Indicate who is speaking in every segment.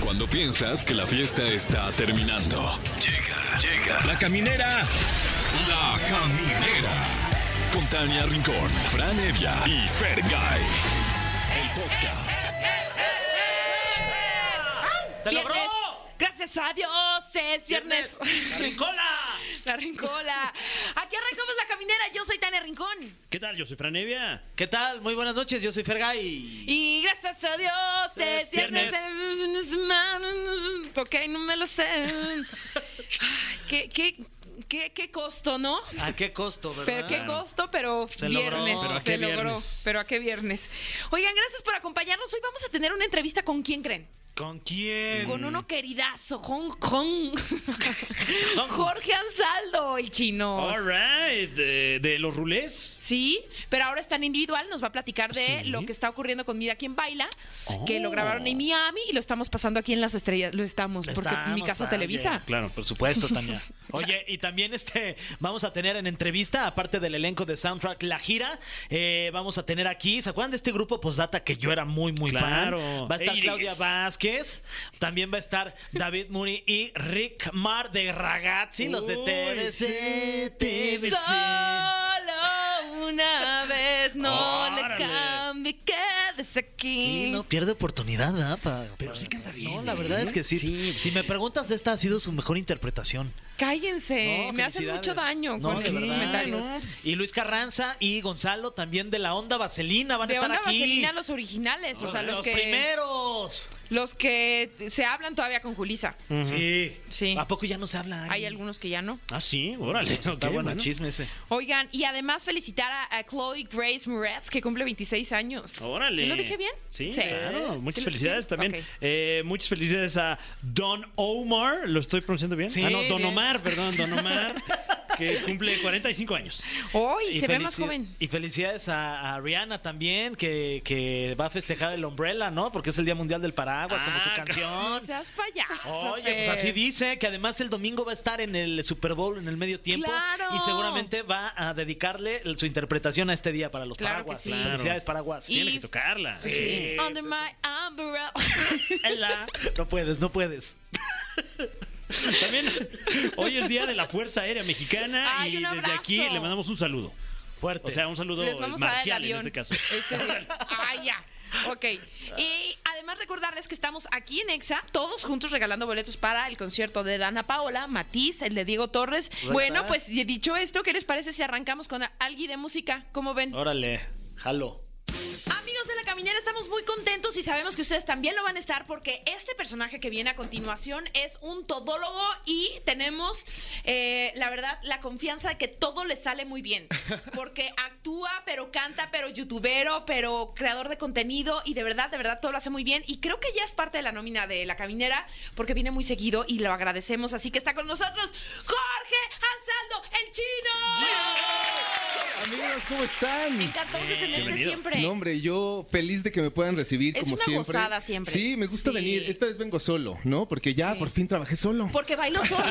Speaker 1: Cuando piensas que la fiesta está terminando. Llega, llega. La caminera. La caminera. Con Tania Rincón, Fran Evia y Fergay. El podcast.
Speaker 2: ¡Se logró!
Speaker 3: Viernes. Gracias a Dios, es viernes.
Speaker 2: ¡Viernes! ¡Ricola!
Speaker 3: La Rincola. Aquí arrancamos la caminera. Yo soy Tania Rincón.
Speaker 4: ¿Qué tal? Yo soy Franevia.
Speaker 2: ¿Qué tal? Muy buenas noches, yo soy Fergay.
Speaker 3: Y gracias a Dios,
Speaker 2: Es
Speaker 3: es viernes. Ok, no me lo sé. Ay, qué, qué, qué, qué costo, ¿no?
Speaker 2: ¿A qué costo, verdad?
Speaker 3: Pero qué costo, pero
Speaker 2: Se logró.
Speaker 3: viernes
Speaker 2: Pero ¿a
Speaker 4: qué
Speaker 3: se logró.
Speaker 4: viernes?
Speaker 3: Pero a qué viernes. Oigan, gracias por acompañarnos. Hoy vamos a tener una entrevista con quién creen.
Speaker 4: ¿Con quién?
Speaker 2: Mm.
Speaker 3: Con uno queridazo, Hong Kong. Jorge Ansaldo, el chino.
Speaker 4: All right. De, de los rulés.
Speaker 3: Sí, pero ahora está en individual, nos va a platicar de
Speaker 4: Sí.
Speaker 3: lo que está ocurriendo con Mira quién baila,
Speaker 4: Oh.
Speaker 3: que lo grabaron en Miami y lo estamos pasando aquí en Las Estrellas, lo estamos, porque mi
Speaker 2: Estamos,
Speaker 3: casa
Speaker 2: Tania.
Speaker 3: televisa.
Speaker 2: Claro, por supuesto, Tania. Oye, y también este vamos a tener en entrevista, aparte del elenco de soundtrack La Gira, eh, vamos a tener aquí, ¿se acuerdan de este grupo Postdata que yo era muy, muy
Speaker 4: Claro.
Speaker 2: fan? Va a estar
Speaker 4: Eighties.
Speaker 2: Claudia Vázquez, también va a estar David Mooney y Rick Mar de Ragazzi, los de
Speaker 4: Uy,
Speaker 2: TVC, TVC.
Speaker 3: Solo una vez, no
Speaker 4: Órale.
Speaker 3: le cambie, quédese aquí.
Speaker 2: Y no pierde oportunidad, ¿verdad? Pa-
Speaker 4: Pero
Speaker 2: pa-
Speaker 4: sí canta bien,
Speaker 2: No, la verdad
Speaker 4: ¿eh?
Speaker 2: es que sí.
Speaker 4: Sí.
Speaker 2: Si me preguntas, esta ha sido su mejor interpretación.
Speaker 3: Cállense,
Speaker 2: No,
Speaker 3: me hacen
Speaker 2: felicidades.
Speaker 3: mucho daño
Speaker 2: No,
Speaker 3: con
Speaker 2: de
Speaker 3: esos
Speaker 2: verdad,
Speaker 3: comentarios.
Speaker 4: ¿no?
Speaker 2: Y Luis Carranza y Gonzalo también de la onda Vaselina van
Speaker 3: De
Speaker 2: a estar
Speaker 3: onda
Speaker 2: aquí.
Speaker 3: vaselina los originales, o sea, los, que
Speaker 2: primeros.
Speaker 3: los que se hablan todavía con Julisa.
Speaker 2: Sí.
Speaker 3: Sí.
Speaker 2: ¿A poco ya no se habla? Ari?
Speaker 3: Hay algunos que ya no.
Speaker 4: Ah, sí, órale.
Speaker 2: Está
Speaker 4: ok,
Speaker 2: bueno, chisme ese.
Speaker 3: Oigan, y además felicitar a, a Chloe Grace Moretz, que cumple 26 años.
Speaker 4: Órale.
Speaker 3: ¿Sí lo dije bien?
Speaker 4: Sí, claro. Muchas
Speaker 3: ¿Sí lo-
Speaker 4: felicidades
Speaker 3: sí?
Speaker 4: también.
Speaker 3: Ok.
Speaker 4: Eh, muchas felicidades a Don Omar. ¿Lo estoy pronunciando bien?
Speaker 2: Sí,
Speaker 4: ah, no, Don
Speaker 2: bien.
Speaker 4: Omar, perdón, Don Omar, que cumple 45 años.
Speaker 3: Hoy se ve
Speaker 2: felici-
Speaker 3: más joven.
Speaker 2: Y felicidades a, a Rihanna también, que, que va a festejar el Umbrella, ¿no? Porque es el Día Mundial del Paraguas, como
Speaker 4: Ah,
Speaker 2: su
Speaker 3: No
Speaker 2: canción.
Speaker 3: seas payaso.
Speaker 2: Oye, pues
Speaker 3: Fer.
Speaker 2: así dice, que además el domingo va a estar en el Super Bowl en el medio tiempo
Speaker 3: ¡Claro!
Speaker 2: y seguramente va a dedicarle su interpretación a este día para los
Speaker 3: Claro que
Speaker 2: paraguas.
Speaker 3: sí.
Speaker 2: Claro. Felicidades paraguas.
Speaker 3: Y-
Speaker 4: Tiene que tocarla.
Speaker 3: Sí.
Speaker 4: pues
Speaker 3: Under my umbrella.
Speaker 4: Ela.
Speaker 2: No puedes, no puedes.
Speaker 4: También hoy es día de la Fuerza Aérea Mexicana
Speaker 3: Ay,
Speaker 4: y
Speaker 3: un
Speaker 4: desde
Speaker 3: abrazo.
Speaker 4: aquí le mandamos un saludo.
Speaker 2: Fuerte.
Speaker 4: O sea, un saludo
Speaker 3: Les vamos a dar el
Speaker 4: marcial en
Speaker 3: avión.
Speaker 4: este caso.
Speaker 3: Este día. ah, ya. Ok. Y además recordarles que estamos aquí en EXA, todos juntos regalando boletos para el concierto de Dana Paola, Matiz, el de Diego Torres.
Speaker 2: Pues ahí
Speaker 3: bueno,
Speaker 2: está.
Speaker 3: pues y dicho esto, ¿qué les parece si arrancamos con alguien de música? ¿Cómo ven?
Speaker 2: Órale, jalo.
Speaker 3: Amigos de la caminera, estamos muy contentos y sabemos que ustedes también lo van a estar porque este personaje que viene a continuación es un todólogo y tenemos, eh, la verdad, la confianza de que todo le sale muy bien. Porque actúa, pero canta, pero youtubero, pero creador de contenido y de verdad, de verdad, todo lo hace muy bien. Y creo que ya es parte de la nómina de la caminera porque viene muy seguido y lo agradecemos. Así que está con nosotros Jorge Ansaldo, el chino.
Speaker 5: Amigos, ¿cómo están?
Speaker 3: Encantados de tenerte
Speaker 4: Bienvenido.
Speaker 3: siempre.
Speaker 5: No, hombre, yo feliz de que me puedan recibir
Speaker 3: Es
Speaker 5: como
Speaker 3: una
Speaker 5: siempre.
Speaker 3: gozada siempre.
Speaker 5: Sí, me gusta
Speaker 3: Sí.
Speaker 5: venir. Esta vez vengo solo, ¿no? Porque ya
Speaker 3: Sí.
Speaker 5: por fin trabajé solo.
Speaker 3: Porque bailo solo.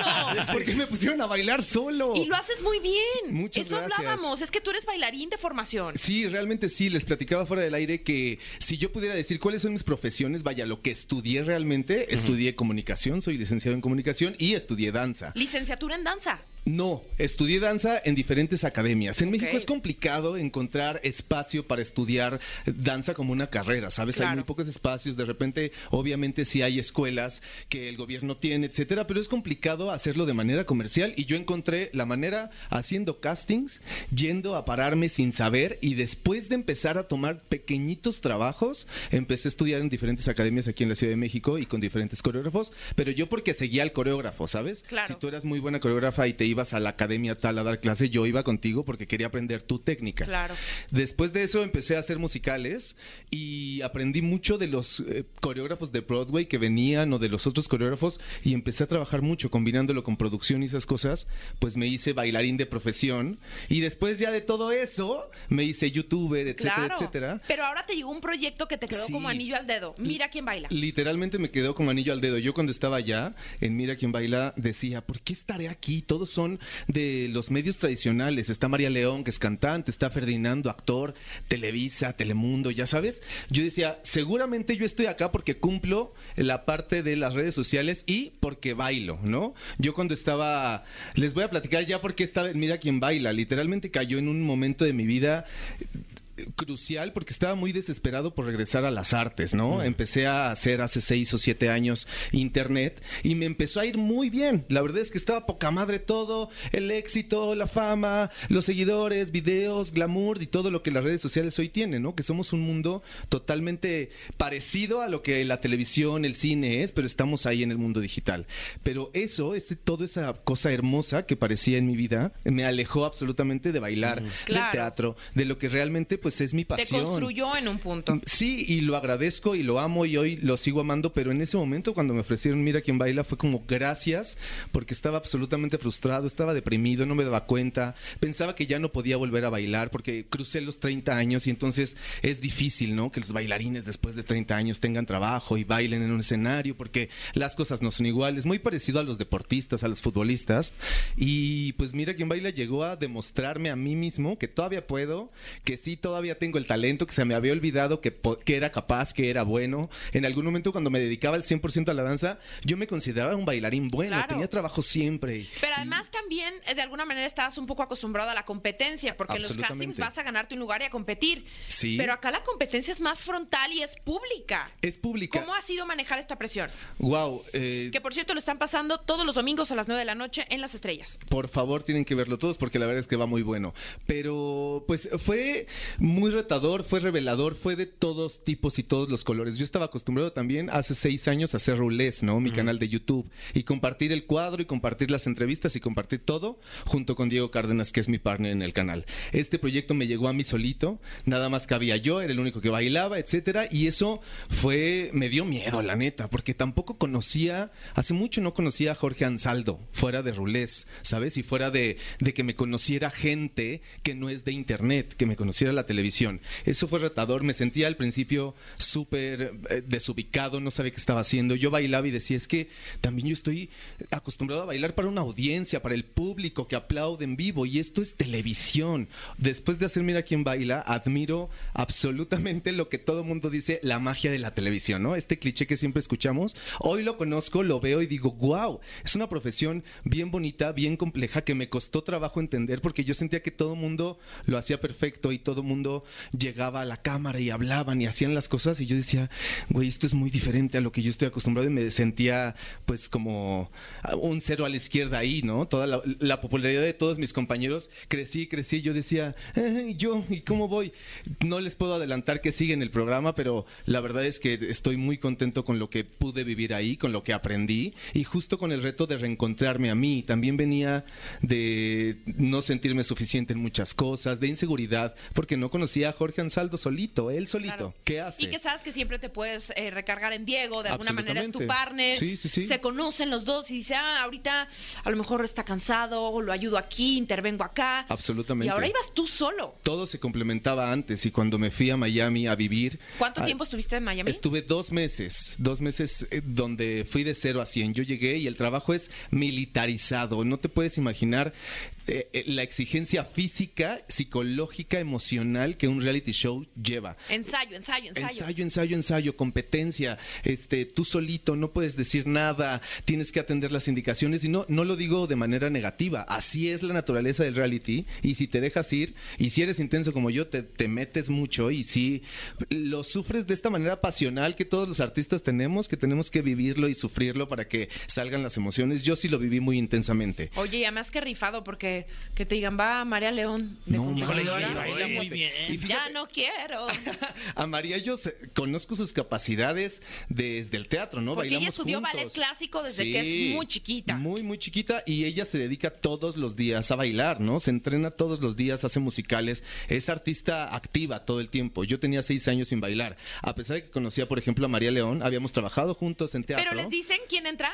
Speaker 5: Porque me pusieron a bailar solo.
Speaker 3: Y lo haces muy bien.
Speaker 5: Muchas
Speaker 3: Eso
Speaker 5: gracias.
Speaker 3: hablábamos. Es que tú eres bailarín de formación.
Speaker 5: Sí, realmente sí, les platicaba fuera del aire que si yo pudiera decir cuáles son mis profesiones, vaya, lo que estudié realmente, estudié comunicación, soy licenciado en comunicación y estudié danza.
Speaker 3: Licenciatura en danza.
Speaker 5: No, estudié danza en diferentes academias. En
Speaker 3: Ok.
Speaker 5: México es complicado encontrar espacio para estudiar danza como una carrera, ¿sabes?
Speaker 3: Claro.
Speaker 5: Hay muy pocos espacios. De repente, obviamente, sí hay escuelas que el gobierno tiene, etcétera, pero es complicado hacerlo de manera comercial. Y yo encontré la manera haciendo castings, yendo a pararme sin saber y después de empezar a tomar pequeñitos trabajos, empecé a estudiar en diferentes academias aquí en la Ciudad de México y con diferentes coreógrafos. Pero yo porque seguía al coreógrafo, ¿sabes?
Speaker 3: Claro.
Speaker 5: Si tú eras muy buena coreógrafa y te ibas a la academia tal a dar clase, yo iba contigo porque quería aprender tu técnica.
Speaker 3: Claro.
Speaker 5: Después de eso empecé a hacer musicales y aprendí mucho de los eh, coreógrafos de Broadway que venían o de los otros coreógrafos y empecé a trabajar mucho combinándolo con producción y esas cosas, pues me hice bailarín de profesión y después ya de todo eso me hice youtuber, etcétera,
Speaker 3: claro.
Speaker 5: etcétera.
Speaker 3: Pero ahora te llegó un proyecto que te quedó
Speaker 5: Sí.
Speaker 3: como anillo al dedo. Mira quién baila.
Speaker 5: Literalmente me quedó como anillo al dedo. Yo cuando estaba allá en Mira quién baila decía, ¿por qué estaré aquí? Todos son de los medios tradicionales. Está María León, que es cantante, está Ferdinando, actor, Televisa, Telemundo, ya sabes. Yo decía, seguramente yo estoy acá porque cumplo la parte de las redes sociales y porque bailo, ¿no? Yo cuando estaba, les voy a platicar ya porque estaba, en mira quién baila, literalmente cayó en un momento de mi vida crucial porque estaba muy desesperado por regresar a las artes, ¿no? Empecé a hacer hace seis o siete años internet y me empezó a ir muy bien. La verdad es que estaba poca madre todo, el éxito, la fama, los seguidores, videos, glamour y todo lo que las redes sociales hoy tienen, ¿no? Que somos un mundo totalmente parecido a lo que la televisión, el cine es, pero estamos ahí en el mundo digital. Pero eso, este, toda esa cosa hermosa que parecía en mi vida, me alejó absolutamente de bailar,
Speaker 3: Claro.
Speaker 5: del teatro, de lo que realmente pues es mi
Speaker 3: Te
Speaker 5: pasión.
Speaker 3: construyó en un punto.
Speaker 5: Sí, y lo agradezco y lo amo y hoy lo sigo amando, pero en ese momento cuando me ofrecieron Mira quién baila fue como gracias porque estaba absolutamente frustrado, estaba deprimido, no me daba cuenta, pensaba que ya no podía volver a bailar porque crucé los 30 años y entonces es difícil, ¿no? Que los bailarines después de 30 años tengan trabajo y bailen en un escenario porque las cosas no son iguales, muy parecido a los deportistas, a los futbolistas y pues Mira quién baila llegó a demostrarme a mí mismo que todavía puedo, que sí todavía tengo el talento, que se me había olvidado que, po- que era capaz, que era bueno. En algún momento cuando me dedicaba al 100% a la danza, yo me consideraba un bailarín bueno,
Speaker 3: Claro.
Speaker 5: tenía trabajo siempre.
Speaker 3: Pero además también, eh, de alguna manera, estabas un poco acostumbrado a la competencia, porque en los castings
Speaker 5: Absolutamente.
Speaker 3: vas a ganarte un lugar y a competir.
Speaker 5: Sí.
Speaker 3: Pero acá la competencia es más frontal y es pública.
Speaker 5: Es pública.
Speaker 3: ¿Cómo ha sido manejar esta presión?
Speaker 5: Wow, eh,
Speaker 3: Que por cierto lo están pasando todos los domingos a las 9 de la noche en Las Estrellas.
Speaker 5: Por favor, tienen que verlo todos porque la verdad es que va muy bueno. Pero pues fue muy retador, fue revelador, fue de todos tipos y todos los colores. Yo estaba acostumbrado también hace seis años a hacer Rulés, ¿no? Mi canal de YouTube. Y compartir el cuadro y compartir las entrevistas y compartir todo junto con Diego Cárdenas, que es mi partner en el canal. Este proyecto me llegó a mí solito, nada más cabía yo, era el único que bailaba, etcétera. Y eso fue, me dio miedo, la neta, porque tampoco conocía, hace mucho no conocía a Jorge Ansaldo, fuera de Rulés, ¿sabes? Y fuera de, de que me conociera gente que no es de internet, que me conociera la televisión. Eso fue retador, me sentía al principio súper eh, desubicado, no sabía qué estaba haciendo. Yo bailaba y decía, es que también yo estoy acostumbrado a bailar para una audiencia, para el público que aplaude en vivo, y esto es televisión. Después de hacer Mira quién baila, admiro absolutamente lo que todo mundo dice, la magia de la televisión, ¿no? Este cliché que siempre escuchamos, hoy lo conozco, lo veo y digo, wow, es una profesión bien bonita, bien compleja, que me costó trabajo entender porque yo sentía que todo mundo lo hacía perfecto y todo mundo llegaba a la cámara y hablaban y hacían las cosas y yo decía, güey, esto es muy diferente a lo que yo estoy acostumbrado y me sentía pues como un cero a la izquierda ahí, ¿no? Toda la, la popularidad de todos mis compañeros crecí, crecí, y yo decía, "Ay, yo, ¿y cómo voy? No les puedo adelantar que siguen el programa, pero la verdad es que estoy muy contento con lo que pude vivir ahí, con lo que aprendí y justo con el reto de reencontrarme a mí. También venía de no sentirme suficiente en muchas cosas, de inseguridad, porque no conocía a Jorge Ansaldo solito, él solito.
Speaker 3: Claro.
Speaker 5: ¿Qué hace?
Speaker 3: Y que sabes que siempre te puedes eh, recargar en Diego, de alguna manera es tu
Speaker 5: Absolutamente.
Speaker 3: partner.
Speaker 5: Sí, sí, sí.
Speaker 3: Se conocen los dos y dice, ah, ahorita a lo mejor está cansado, o lo ayudo aquí, intervengo acá.
Speaker 5: Absolutamente.
Speaker 3: Y ahora ibas tú solo.
Speaker 5: Todo se complementaba antes y cuando me fui a Miami a vivir.
Speaker 3: ¿Cuánto
Speaker 5: a-
Speaker 3: tiempo estuviste en Miami?
Speaker 5: Estuve dos meses, dos meses eh, donde fui de cero a 100. Yo llegué y el trabajo es militarizado. No te puedes imaginar eh, eh, la exigencia física, psicológica, emocional que un reality show lleva.
Speaker 3: ensayo, ensayo, ensayo.
Speaker 5: Ensayo, ensayo, ensayo, competencia. Este, tú solito no puedes decir nada, tienes que atender las indicaciones y no, no lo digo de manera negativa. Así es la naturaleza del reality y si te dejas ir y si eres intenso como yo, te, te metes mucho y si lo sufres de esta manera pasional que todos los artistas tenemos, que tenemos que vivirlo y sufrirlo para que salgan las emociones. Yo sí lo viví muy intensamente.
Speaker 3: Oye, y además que rifado, porque que te digan, va María León de
Speaker 5: No,
Speaker 3: cumplidora.
Speaker 2: Híjole,
Speaker 5: Ahora,
Speaker 2: sí, baila muy bien.
Speaker 5: Y fíjate-
Speaker 3: Ya no quiero.
Speaker 5: A María yo sé- conozco sus capacidades desde el teatro, ¿no?
Speaker 3: Porque ella
Speaker 5: Bailamos
Speaker 3: estudió
Speaker 5: juntos.
Speaker 3: ballet clásico desde que es muy chiquita.
Speaker 5: Muy, muy chiquita y ella se dedica todos los días a bailar, ¿no? Se entrena todos los días, hace musicales, es artista activa todo el tiempo. Yo tenía seis años sin bailar. A pesar de que conocía, por ejemplo, a María León, habíamos trabajado juntos en teatro.
Speaker 3: Pero les dicen quién entra.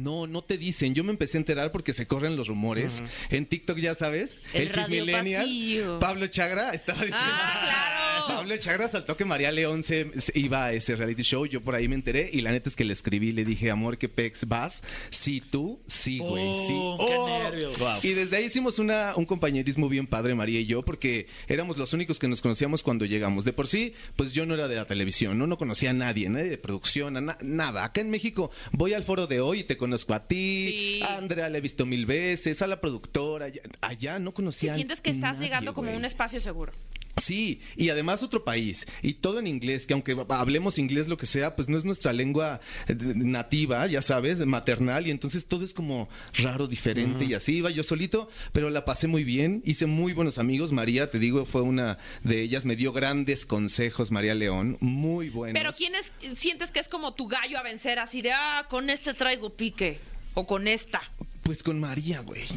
Speaker 5: No, no te dicen. Yo me empecé a enterar porque se corren los rumores. En TikTok, ya sabes, el,
Speaker 3: El radio
Speaker 5: chismillennial.
Speaker 3: vacío.
Speaker 5: Pablo Chagra estaba diciendo.
Speaker 3: Ah, claro.
Speaker 5: Pablo Chagra saltó que María León se, se iba a ese reality show. Yo por ahí me enteré y la neta es que le escribí, le dije, amor, que pex vas. Sí, tú, sí, güey, sí.
Speaker 2: Oh, qué nervios. Wow.
Speaker 5: Y desde ahí hicimos una, un compañerismo bien padre, María y yo, porque éramos los únicos que nos conocíamos cuando llegamos. De por sí, pues yo no era de la televisión, no, no conocía a nadie, nadie de producción, a na- nada. Acá en México voy al foro de hoy y te conozco a ti,
Speaker 3: Sí.
Speaker 5: a Andrea la he visto mil veces, a la productora. Allá, allá no
Speaker 3: Si
Speaker 5: conocía a
Speaker 3: sientes que estás
Speaker 5: nadie,
Speaker 3: llegando como a
Speaker 5: güey.
Speaker 3: un espacio seguro.
Speaker 5: Sí, y además otro país, y todo en inglés, que aunque hablemos inglés lo que sea, pues no es nuestra lengua eh, d- nativa, ya sabes, maternal, y entonces todo es como raro, diferente, y así iba yo solito, pero la pasé muy bien, hice muy buenos amigos, María, te digo, fue una de ellas, me dio grandes consejos, María León, muy buenos.
Speaker 3: Pero ¿quién es, sientes que es como tu gallo a vencer? Así de, ah, con este traigo pique. O con esta.
Speaker 5: Pues con María, güey.
Speaker 3: Sí.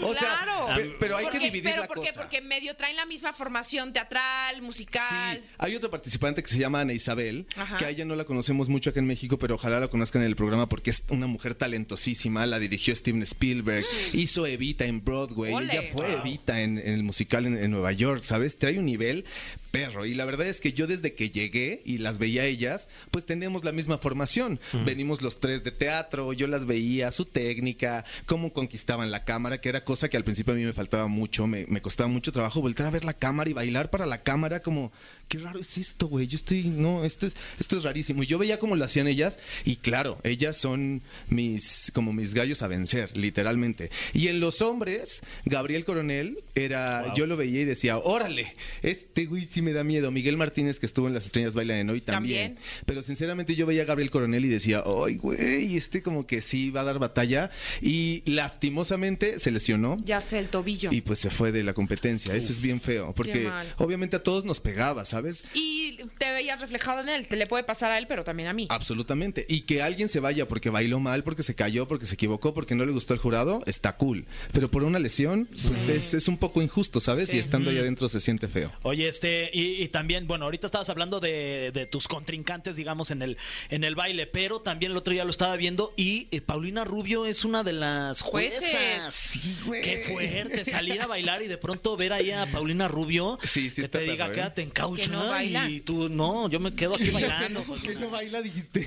Speaker 5: O sea,
Speaker 3: claro.
Speaker 5: pe- pero hay que
Speaker 3: Porque-
Speaker 5: dividir
Speaker 3: pero
Speaker 5: la
Speaker 3: ¿por qué?
Speaker 5: cosa.
Speaker 3: Porque medio traen la misma formación teatral, musical.
Speaker 5: Sí, hay otra participante que se llama Ana Isabel,
Speaker 3: Ajá.
Speaker 5: que a ella no la conocemos mucho acá en México, pero ojalá la conozcan en el programa porque es una mujer talentosísima, la dirigió Steven Spielberg, hizo Evita en Broadway,
Speaker 3: Mm. Ole.
Speaker 5: ella fue
Speaker 3: Wow.
Speaker 5: Evita en, en el musical en, en Nueva York, ¿sabes? Trae un nivel perro y la verdad es que yo desde que llegué y las veía a ellas, pues tenemos la misma formación, venimos los tres de teatro, yo las veía, su técnica, cómo conquistaban la cámara, que era cosa que al principio a mí me faltaba mucho, me, me costaba mucho trabajo volver a ver la cámara y bailar para la cámara como, qué raro es esto, güey, yo estoy, no, esto es, esto es rarísimo. Y yo veía cómo lo hacían ellas y claro, ellas son mis, como mis gallos a vencer, literalmente. Y en los hombres, Gabriel Coronel era, yo lo veía y decía, órale, este güey sí me da miedo. Miguel Martínez, que estuvo en Las Estrellas Bailan en Hoy también.
Speaker 3: También.
Speaker 5: Pero sinceramente yo veía a Gabriel Coronel y decía, ay, güey, este como que sí va a dar batalla. Y lastimosamente se lesionó.
Speaker 3: Ya sé, el tobillo.
Speaker 5: Y pues se fue de la competencia. Eso es bien feo. Porque
Speaker 3: mal.
Speaker 5: obviamente a todos nos pegaba, ¿sabes?
Speaker 3: Y te veías reflejado en él. Te le puede pasar a él, pero también a mí.
Speaker 5: Absolutamente. Y que alguien se vaya porque bailó mal, porque se cayó, porque se equivocó, porque no le gustó el jurado, está cool. Pero por una lesión, pues es, es un poco injusto, ¿sabes? Y estando
Speaker 2: Mm.
Speaker 5: ahí adentro se siente feo.
Speaker 2: Oye, este, y, y también, bueno, ahorita estabas hablando de, de tus contrincantes, digamos, en el, en el baile, pero también el otro día lo estaba viendo y eh, Paulina Rubio es una de las
Speaker 3: Jueces.
Speaker 2: juezas. Sí, güey. Qué fuerte, salir a bailar y de pronto ver ahí a Paulina Rubio
Speaker 5: Sí, sí
Speaker 2: que
Speaker 5: está
Speaker 2: te diga,
Speaker 5: perro, ¿eh?
Speaker 2: quédate en causa
Speaker 3: Que no baila.
Speaker 2: y tú, no, yo me quedo aquí bailando.
Speaker 5: ¿Qué
Speaker 2: Paulina".
Speaker 5: no baila, dijiste?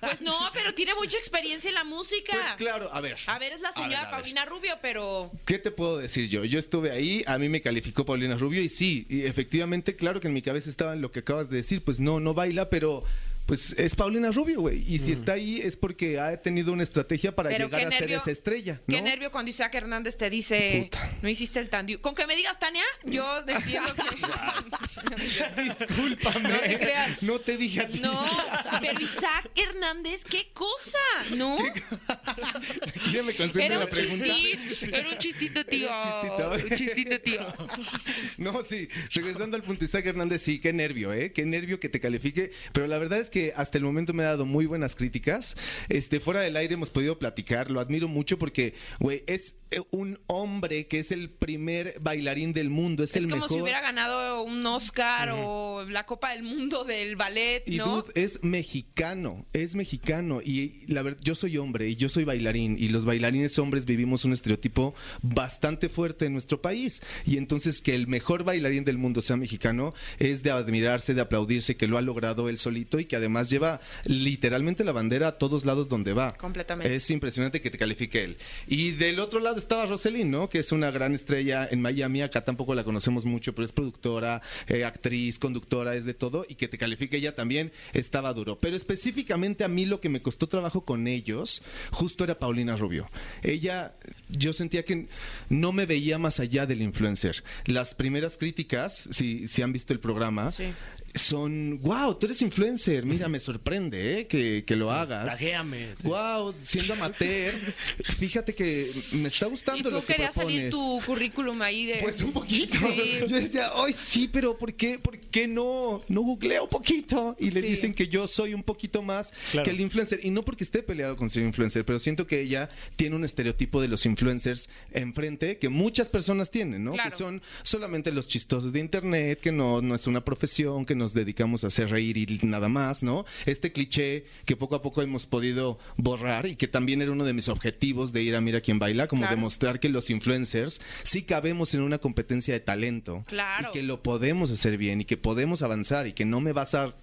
Speaker 3: Pues no, pero tiene mucha experiencia en la música.
Speaker 5: pues claro, a ver.
Speaker 3: A ver, es la
Speaker 5: ver,
Speaker 3: señora
Speaker 5: a ver.
Speaker 3: Paulina Rubio, pero
Speaker 5: ¿Qué te puedo decir yo? Yo estuve ahí, a mí me calificó Paulina Rubio y sí, y efectivamente, claro que en mi cabeza estaba lo que acabas de decir, pues no, no baila, pero pues es Paulina Rubio, güey. Y
Speaker 2: Mm.
Speaker 5: si está ahí es porque ha tenido una estrategia para
Speaker 3: Pero
Speaker 5: llegar
Speaker 3: qué
Speaker 5: a ser
Speaker 3: nervio-
Speaker 5: esa estrella.
Speaker 3: qué
Speaker 5: ¿no?
Speaker 3: nervio cuando Isaac Hernández te dice,
Speaker 5: Puta.
Speaker 3: no hiciste el tandiu. Con que me digas, Tania, yo entiendo que...
Speaker 5: Discúlpame.
Speaker 3: No te creas.
Speaker 5: No te dije a ti.
Speaker 3: no, pero Isaac Hernández, qué cosa, ¿no?
Speaker 5: ¿Quién me concentra
Speaker 3: Era
Speaker 5: la
Speaker 3: un
Speaker 5: pregunta?
Speaker 3: chistito, era un chistito, tío.
Speaker 5: Era un chistito.
Speaker 3: Un chistito, tío.
Speaker 5: No, sí, regresando al punto, Isaac Hernández, sí, qué nervio, ¿eh? Qué nervio que te califique. Pero la verdad es que hasta el momento me ha dado muy buenas críticas. Este, fuera del aire hemos podido platicar, lo admiro mucho porque, güey, es eh, un hombre que es el primer bailarín del mundo, es,
Speaker 3: Es
Speaker 5: el
Speaker 3: como
Speaker 5: mejor.
Speaker 3: si hubiera ganado un Oscar o la Copa del Mundo del ballet,
Speaker 5: Y
Speaker 3: ¿no?
Speaker 5: dude, es mexicano, es mexicano. Y la verdad, yo soy hombre y yo soy bailarín. Y los bailarines hombres vivimos un estereotipo bastante fuerte en nuestro país. Y entonces que el mejor bailarín del mundo sea mexicano es de admirarse, de aplaudirse, que lo ha logrado él solito y que además lleva literalmente la bandera a todos lados donde va.
Speaker 3: Completamente.
Speaker 5: Es impresionante que te califique él. Y del otro lado estaba Roselyn, ¿no? Que es una gran estrella en Miami. Acá tampoco la conocemos mucho, pero es productora, eh, actriz, conductora, es de todo. Y que te califique ella también estaba duro. Pero específicamente a mí lo que me costó trabajo con ellos, justo era Paulina Rubio. Ella, yo sentía que no me veía más allá del influencer. Las primeras críticas, si, si han visto el programa,
Speaker 3: Sí.
Speaker 5: son, wow, tú eres influencer. Mira, me sorprende ¿eh? que, que lo hagas.
Speaker 4: Taguéame.
Speaker 5: Wow, siendo amateur, fíjate que me está
Speaker 3: Y
Speaker 5: gustando
Speaker 3: tú
Speaker 5: lo que
Speaker 3: querías salir
Speaker 5: propones.
Speaker 3: tu currículum ahí de...
Speaker 5: Pues un poquito.
Speaker 3: Sí.
Speaker 5: Yo decía, ay, sí, pero ¿por qué, por qué no, no googleo poquito? Y le
Speaker 3: Sí.
Speaker 5: dicen que yo soy un poquito más
Speaker 4: Claro.
Speaker 5: que el influencer. Y no porque esté peleado con ser influencer, pero siento que ella tiene un estereotipo de los influencers enfrente que muchas personas tienen, ¿no?
Speaker 3: Claro.
Speaker 5: Que son solamente los chistosos de internet, que no, no es una profesión, que nos dedicamos a hacer reír y nada más, ¿no? Este cliché que poco a poco hemos podido borrar y que también era uno de mis objetivos de ir a Mira quién baila, como
Speaker 3: Claro.
Speaker 5: demostrar que los influencers sí cabemos en una competencia de talento
Speaker 3: Claro.
Speaker 5: y que lo podemos hacer bien y que podemos avanzar y que no me vas a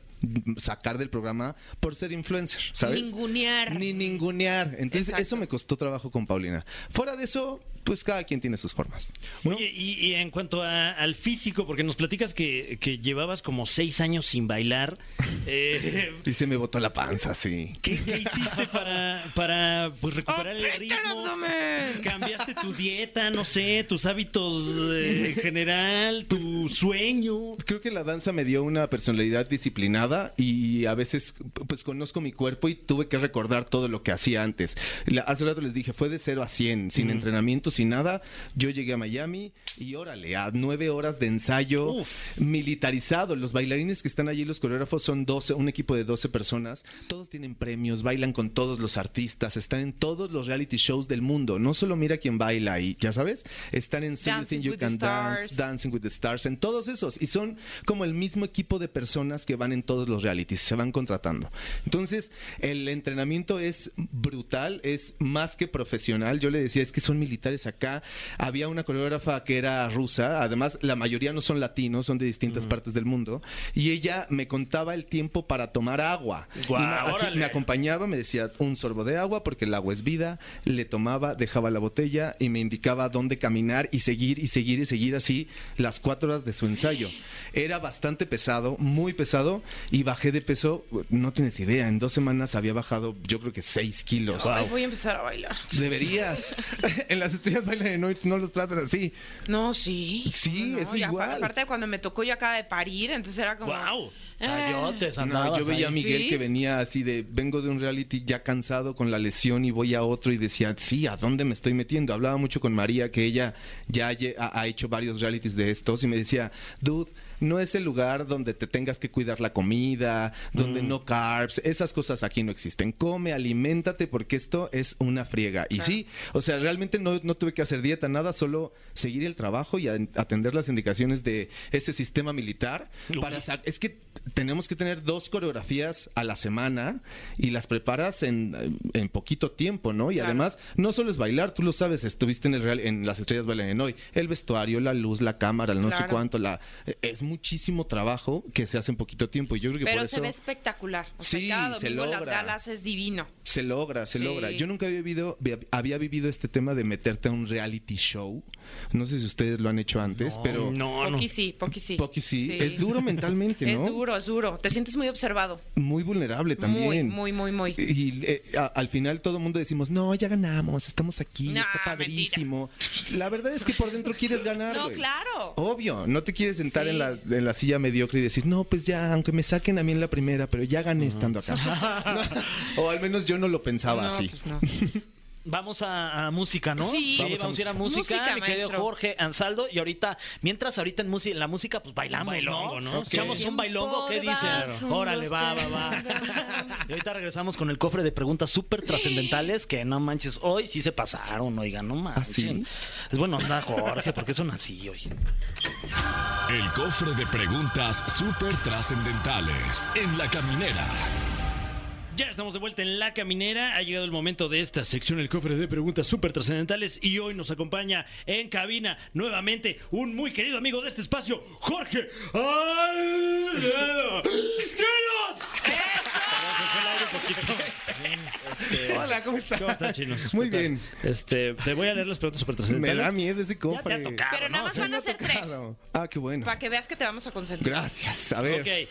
Speaker 5: sacar del programa por ser influencer, ¿sabes?
Speaker 3: Ningunear.
Speaker 5: Ni ningunear. Entonces,
Speaker 3: Exacto.
Speaker 5: eso me costó trabajo con Paulina. Fuera de eso, pues cada quien tiene sus formas.
Speaker 4: Oye, y, y en cuanto a- al físico, porque nos platicas que, que llevabas como seis años sin bailar, eh,
Speaker 5: Y se me botó la panza, sí.
Speaker 4: ¿qué, qué hiciste para, para pues, recuperar el
Speaker 3: ¡Aprieta el
Speaker 4: ritmo?
Speaker 3: abdomen!
Speaker 4: ¿Cambiaste tu dieta, no sé, tus hábitos eh, en general, tu sueño?
Speaker 5: Pues, Creo que la danza me dio una personalidad disciplinada y a veces pues conozco mi cuerpo y tuve que recordar todo lo que hacía antes. La- hace rato les dije, fue de 0 a 100, sin entrenamiento, sin nada. Yo llegué a Miami y órale, a nueve horas de ensayo
Speaker 4: Uf.
Speaker 5: militarizado. Los bailarines que están allí, los coreógrafos, son 12, un equipo de 12 personas. Todos tienen premios, bailan con todos los artistas, están en todos los reality shows del mundo. No solo mira quién baila y ya sabes, están en
Speaker 3: Dancing
Speaker 5: Something You
Speaker 3: with the
Speaker 5: Can Dance,
Speaker 3: Stars.
Speaker 5: Dancing with the Stars, en todos esos. Y son como el mismo equipo de personas que van en todos los realities, se van contratando. Entonces, el entrenamiento es brutal, es más que profesional. Yo le decía, es que son militares acá. Había una coreógrafa que era rusa, además la mayoría no son latinos, son de distintas partes del mundo. Y ella me contaba el tiempo para tomar agua.
Speaker 4: Guau,
Speaker 5: Y me- así
Speaker 4: órale.
Speaker 5: me acompañaba, me decía un sorbo de agua porque el agua es vida, le tomaba, dejaba la botella y me indicaba dónde caminar y seguir y seguir y seguir así las cuatro horas de su ensayo. Era bastante pesado, muy pesado y bajé de peso, no tienes idea, en dos semanas había bajado yo creo que seis kilos.
Speaker 3: Pues, Ay, voy a empezar a bailar.
Speaker 5: Deberías. en las estrellas bailan en hoy, no los tratan así.
Speaker 3: No, sí.
Speaker 5: Sí,
Speaker 3: No,
Speaker 5: es
Speaker 3: y apa-
Speaker 5: igual.
Speaker 3: Aparte, cuando me tocó, yo acaba de parir, entonces era como. "Ah".
Speaker 4: ¡Wow!
Speaker 2: Chayotes,
Speaker 5: No,
Speaker 2: andabas
Speaker 5: yo veía a
Speaker 2: ahí.
Speaker 5: Miguel
Speaker 3: Sí.
Speaker 5: que venía así de, vengo de un reality ya cansado con la lesión y voy a otro y decía, sí, ¿a dónde me estoy metiendo? Hablaba mucho con María, que ella ya lle- ha, ha hecho varios realities de estos y me decía, dude, no es el lugar donde te tengas que cuidar la comida, donde no carbs, esas cosas aquí no existen. Come, aliméntate porque esto es una friega. Y sí, o sea, realmente no, no tuve que hacer dieta, nada, solo seguir el trabajo y a- atender las indicaciones de ese sistema militar para sa- es que tenemos que tener dos coreografías a la semana y las preparas en, en poquito tiempo, ¿no? Y
Speaker 3: Claro.
Speaker 5: además, no solo es bailar, tú lo sabes, estuviste en el real, en las estrellas bailan en hoy, el vestuario, la luz, la cámara, el no sé
Speaker 3: Claro.
Speaker 5: cuánto, la e, es muchísimo trabajo que se hace en poquito tiempo y yo creo que
Speaker 3: Pero
Speaker 5: por
Speaker 3: se
Speaker 5: eso
Speaker 3: ve espectacular. O
Speaker 5: Sí,
Speaker 3: sea, cada
Speaker 5: se
Speaker 3: domingo en las
Speaker 5: logra.
Speaker 3: galas es divino.
Speaker 5: se logra, se
Speaker 3: Sí.
Speaker 5: logra. Yo nunca había vivido, había vivido este tema de meterte a un reality show. No sé si ustedes lo han hecho antes, pero
Speaker 4: No, no.
Speaker 3: Poqui sí, Poqui sí.
Speaker 5: Pocky sí, es duro mentalmente,
Speaker 3: Es
Speaker 5: ¿no?
Speaker 3: duro, es duro. Te sientes muy observado.
Speaker 5: Muy vulnerable también.
Speaker 3: Muy, muy, muy, muy.
Speaker 5: Y eh, a- al final todo el mundo decimos, no, ya ganamos, estamos aquí,
Speaker 3: Nah,
Speaker 5: está padrísimo. La verdad es que por dentro quieres ganar.
Speaker 3: No,
Speaker 5: güey.
Speaker 3: claro.
Speaker 5: Obvio, no te quieres sentar
Speaker 3: Sí.
Speaker 5: en, la, en la silla mediocre y decir, no, pues ya, aunque me saquen a mí en la primera, pero ya gané estando acá. o al menos yo no lo pensaba
Speaker 3: No,
Speaker 5: así.
Speaker 3: pues no.
Speaker 2: Vamos a, a música, ¿no?
Speaker 3: Sí.
Speaker 2: vamos, a ir a música,
Speaker 3: Música,
Speaker 2: mi querido
Speaker 3: maestro.
Speaker 2: Jorge Ansaldo. Y ahorita, mientras ahorita en, música, en la música, pues bailamos,
Speaker 4: Bailongo,
Speaker 2: ¿no?
Speaker 4: ¿no?
Speaker 2: Ok. Echamos un
Speaker 3: Tiempo
Speaker 2: bailongo, ¿qué
Speaker 3: de
Speaker 2: dicen?
Speaker 3: vals, un,
Speaker 2: Órale,
Speaker 3: dos,
Speaker 2: va, va,
Speaker 3: tres,
Speaker 2: va.
Speaker 3: tan, tan.
Speaker 2: Y ahorita regresamos con el cofre de preguntas súper trascendentales que no manches, hoy sí se pasaron, oigan, no manches.
Speaker 5: sí?
Speaker 2: Es bueno, anda, Jorge, porque son así hoy.
Speaker 1: El cofre de preguntas súper trascendentales en la caminera.
Speaker 4: Ya estamos de vuelta en La Caminera. Ha llegado el momento de esta sección, el cofre de preguntas súper trascendentales. Y hoy nos acompaña en cabina nuevamente un muy querido amigo de este espacio, Jorge Aldeano. ¡Chinos!
Speaker 5: Hola, ¿cómo estás?
Speaker 4: Eh, ¿Cómo están, chinos?
Speaker 5: Muy
Speaker 4: ¿Qué tal?
Speaker 5: bien.
Speaker 4: Este, te voy a leer las preguntas súper
Speaker 5: Me
Speaker 4: trascendentales.
Speaker 5: da miedo ese
Speaker 4: Ya te
Speaker 5: cofre.
Speaker 4: ha tocado,
Speaker 3: Pero nada
Speaker 4: ¿no?
Speaker 3: más van a ser tres.
Speaker 5: Claro. Ah, qué bueno.
Speaker 3: Para que veas que te vamos a concentrar.
Speaker 5: Gracias. A ver.
Speaker 4: Ok, eh,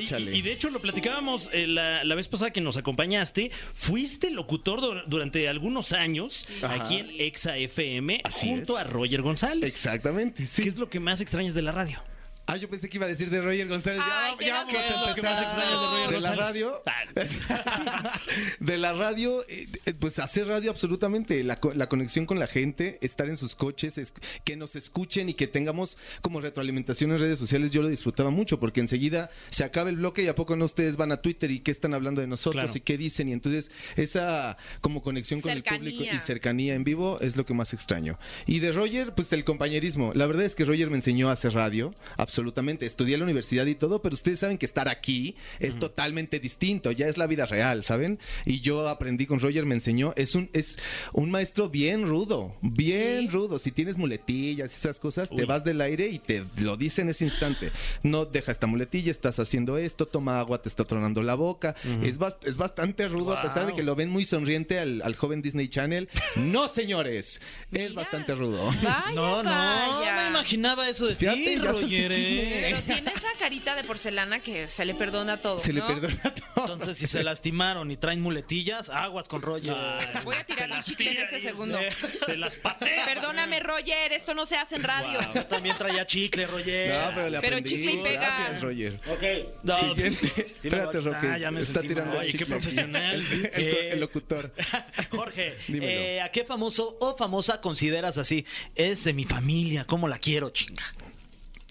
Speaker 4: y-
Speaker 5: Échale.
Speaker 4: y, de hecho lo platicábamos eh, la, la vez pasada que nos acompañaste. Fuiste locutor du- durante algunos años
Speaker 5: Ajá.
Speaker 4: aquí en Exa FM
Speaker 5: Así
Speaker 4: junto
Speaker 5: es.
Speaker 4: a Roger González.
Speaker 5: Exactamente, sí.
Speaker 4: ¿Qué es lo que más extrañas de la radio?
Speaker 5: Ah, yo pensé que iba a decir de Roger González. Ya-
Speaker 3: Ay,
Speaker 5: ya,
Speaker 3: qué
Speaker 5: vamos a
Speaker 3: gracioso.
Speaker 4: ¿Qué es lo que más
Speaker 5: empezar.
Speaker 4: extrañas de Roger
Speaker 5: De la
Speaker 4: González?
Speaker 5: radio.
Speaker 4: Ah,
Speaker 5: de la radio, eh, eh, pues hacer radio absolutamente, la, co- la conexión con la gente, estar en sus coches, es- que nos escuchen y que tengamos como retroalimentación en redes sociales, yo lo disfrutaba mucho porque enseguida se acaba el bloque y a poco no ustedes van a Twitter y qué están hablando de nosotros
Speaker 4: Claro.
Speaker 5: y qué dicen y entonces esa como conexión con
Speaker 3: Cercanía.
Speaker 5: el público y cercanía en vivo es lo que más extraño. Y de Roger, pues el compañerismo. La verdad es que Roger me enseñó a hacer radio absolutamente. Estudié en la universidad y todo, pero ustedes saben que estar aquí es totalmente distinto, ya es la vida real, ¿saben? Y yo aprendí con Roger, me enseñó, es un, es un maestro bien rudo, bien rudo. Si tienes muletillas y esas cosas, te vas del aire y te lo dice en ese instante. No, deja esta muletilla, estás haciendo esto, toma agua, te está tronando la boca. es, bas- es bastante rudo, a pesar de que lo ven muy sonriente al, al joven Disney Channel. No, señores, es
Speaker 3: Mira.
Speaker 5: bastante rudo.
Speaker 3: Vaya,
Speaker 2: No, no,
Speaker 3: vaya.
Speaker 2: me imaginaba eso de ti,
Speaker 5: Fíjate, ya solté
Speaker 2: Roger.
Speaker 5: chisme.
Speaker 2: ¿eh?
Speaker 3: Pero tiene esa carita de porcelana que se le perdona todo.
Speaker 5: Se le
Speaker 3: ¿no?
Speaker 5: perdona todo.
Speaker 2: Entonces, si se lastimaron y traen muletillas, aguas con Roger.
Speaker 3: Voy a tirar un chicle en este segundo.
Speaker 4: Te las pateas.
Speaker 3: Perdóname, Roger, esto no se hace en radio.
Speaker 2: Wow, yo también traía chicle, Roger.
Speaker 5: No, pero le
Speaker 3: Pero
Speaker 5: aprendí.
Speaker 3: chicle y pega.
Speaker 5: Gracias, Roger.
Speaker 4: Ok.
Speaker 2: No,
Speaker 5: Siguiente.
Speaker 2: me
Speaker 5: Espérate,
Speaker 2: voy a quitar,
Speaker 5: Roque.
Speaker 2: ya me
Speaker 5: está
Speaker 2: sentí mal.
Speaker 5: tirando el
Speaker 4: Oye, qué
Speaker 5: chicle aquí.
Speaker 4: profesional.
Speaker 5: El, el-
Speaker 2: Eh.
Speaker 5: el locutor.
Speaker 2: Jorge,
Speaker 5: Dímelo.
Speaker 2: eh, ¿a qué famoso o famosa consideras así? Es de mi familia, ¿cómo la quiero, chinga?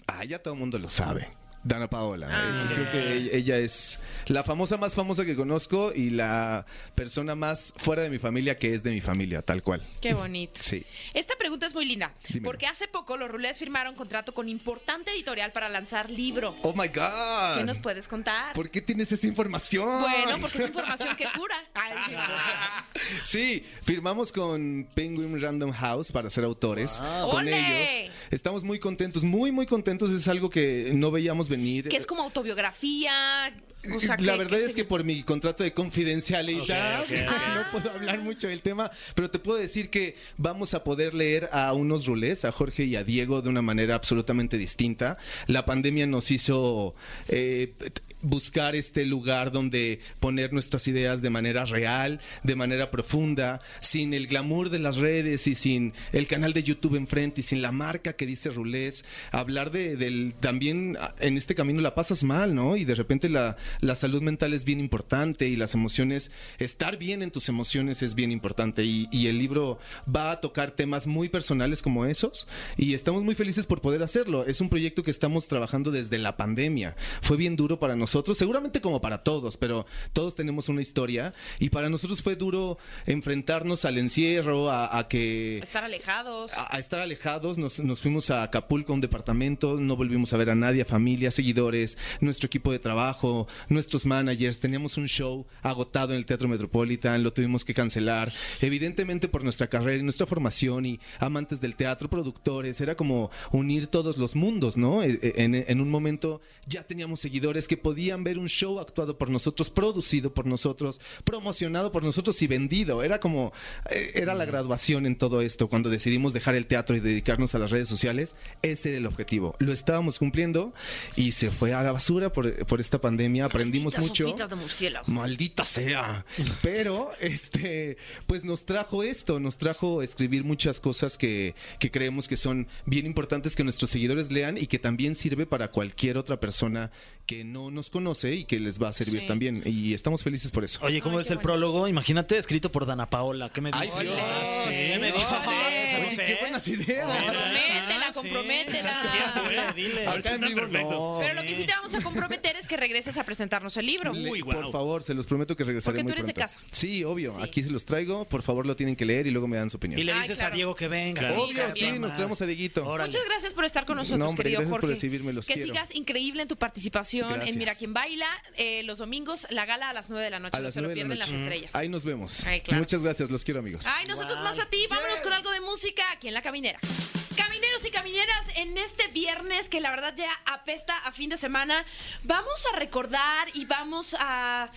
Speaker 5: Ah, ya todo el mundo lo sabe. Dana Paola.
Speaker 3: Ah.
Speaker 5: Eh, Creo que ella- ella es la famosa más famosa que conozco y la persona más fuera de mi familia que es de mi familia, tal cual.
Speaker 3: Qué bonito.
Speaker 5: Sí.
Speaker 3: Esta pregunta es muy linda,
Speaker 5: Dímelo.
Speaker 3: porque hace poco los rulés firmaron contrato con importante editorial para lanzar libro.
Speaker 5: Oh my God.
Speaker 3: ¿Qué nos puedes contar?
Speaker 5: ¿Por qué tienes esa información?
Speaker 3: Bueno, porque es información que cura. Ay, sí.
Speaker 5: Sí, firmamos con Penguin Random House para ser autores.
Speaker 2: Wow.
Speaker 5: Con
Speaker 3: Ah. ¡Ole!
Speaker 5: ellos. Estamos muy contentos, muy, muy contentos. Es algo que no veíamos venir.
Speaker 3: que es como autobiografía. o sea,
Speaker 5: la
Speaker 3: que-
Speaker 5: verdad
Speaker 3: que
Speaker 5: es
Speaker 3: se-
Speaker 5: que por mi contrato de confidencialidad
Speaker 4: Ok, ok, ok.
Speaker 5: no puedo hablar mucho del tema, pero te puedo decir que vamos a poder leer a unos rulés, a Jorge y a Diego, de una manera absolutamente distinta. La pandemia nos hizo eh, buscar este lugar donde poner nuestras ideas de manera real, de manera profunda, sin el glamour de las redes y sin el canal de YouTube enfrente y sin la marca que dice Rulés. Hablar de, del también ah, en este camino la pasas mal, ¿no? Y de repente la, la salud mental es bien importante y las emociones, estar bien en tus emociones es bien importante. Y, y el libro va a tocar temas muy personales como esos y estamos muy felices por poder hacerlo. Es un proyecto que estamos trabajando desde la pandemia. Fue bien duro para nosotros, seguramente como para todos, pero todos tenemos una historia y para nosotros fue duro enfrentarnos al encierro, a, a que
Speaker 3: Estar alejados.
Speaker 5: a, a estar alejados, nos, nos fuimos a Acapulco, a un departamento, no volvimos a ver a nadie, a familia, seguidores, nuestro equipo de trabajo, nuestros managers. Teníamos un show agotado en el Teatro Metropolitan, lo tuvimos que cancelar. Evidentemente por nuestra carrera y nuestra formación y amantes del teatro, productores, era como unir todos los mundos, ¿no? E- e- En, en un momento ya teníamos seguidores que podían ver un show actuado por nosotros, producido por nosotros, promocionado por nosotros y vendido. Era como, eh, era la graduación en todo esto. Cuando decidimos dejar el teatro y dedicarnos a las redes sociales, ese era el objetivo. Lo estábamos cumpliendo y se fue a la basura por, por esta pandemia. Aprendimos
Speaker 3: Malditas
Speaker 5: mucho.
Speaker 3: sopitas de murciélago.
Speaker 5: Maldita sea. Pero, este, pues nos trajo esto, nos trajo escribir muchas cosas que, que creemos que son bien importantes que nuestros seguidores lean y que también sirve para cualquier otra persona que no nos conoce y que les va a servir
Speaker 3: Sí.
Speaker 5: también. Y estamos felices por eso.
Speaker 2: Oye, ¿cómo
Speaker 3: Ay,
Speaker 2: es
Speaker 3: qué
Speaker 2: el
Speaker 3: bonito.
Speaker 2: prólogo? Imagínate, escrito por Dana Paola. ¿Qué me
Speaker 5: Ay,
Speaker 2: dices?
Speaker 5: Dios.
Speaker 2: ¿Qué me dices?
Speaker 3: Ole.
Speaker 5: Oye, qué buenas ideas.
Speaker 3: Comprométela,
Speaker 2: Ah, sí.
Speaker 3: comprométela.
Speaker 2: Está bien, eh, dile.
Speaker 4: Ahorita
Speaker 5: Acá en
Speaker 4: está
Speaker 5: vivo,
Speaker 4: perfecto.
Speaker 5: no.
Speaker 3: Pero lo que sí te vamos a comprometer es que regreses a presentarnos el libro.
Speaker 5: Le-
Speaker 4: Uy,
Speaker 5: Por
Speaker 4: guau.
Speaker 5: favor, se los prometo que regresaré
Speaker 3: Porque tú
Speaker 5: muy
Speaker 3: eres de
Speaker 5: pronto.
Speaker 3: casa.
Speaker 5: Sí, obvio.
Speaker 3: Sí.
Speaker 5: Aquí se los traigo. Por favor, lo tienen que leer y luego me dan su opinión.
Speaker 2: Y le
Speaker 3: Ay,
Speaker 2: dices
Speaker 3: claro.
Speaker 2: a Diego que venga.
Speaker 4: Claro.
Speaker 2: Sí,
Speaker 5: Obvio,
Speaker 2: cabrón.
Speaker 5: sí, nos traemos a Dieguito.
Speaker 2: Órale.
Speaker 3: Muchas gracias por estar con nosotros,
Speaker 5: No, hombre,
Speaker 3: querido
Speaker 5: gracias por
Speaker 3: Jorge.
Speaker 5: recibirme, los
Speaker 3: que
Speaker 5: quiero.
Speaker 3: sigas increíble en tu participación en
Speaker 5: Gracias.
Speaker 3: Mira quién baila. eh, los domingos, la gala a las 9 de la noche.
Speaker 5: A
Speaker 3: no
Speaker 5: las
Speaker 3: se lo
Speaker 5: nueve de
Speaker 3: pierden
Speaker 5: la
Speaker 3: las
Speaker 5: noche.
Speaker 3: estrellas.
Speaker 5: Ahí nos vemos.
Speaker 3: Ay, claro.
Speaker 5: Muchas gracias, los quiero amigos.
Speaker 3: Ay, nosotros
Speaker 2: Wow.
Speaker 3: más a ti. Vámonos con algo de música aquí en La Caminera. Camineros y camineras, en este viernes que la verdad ya apesta a fin de semana, vamos a recordar y vamos a...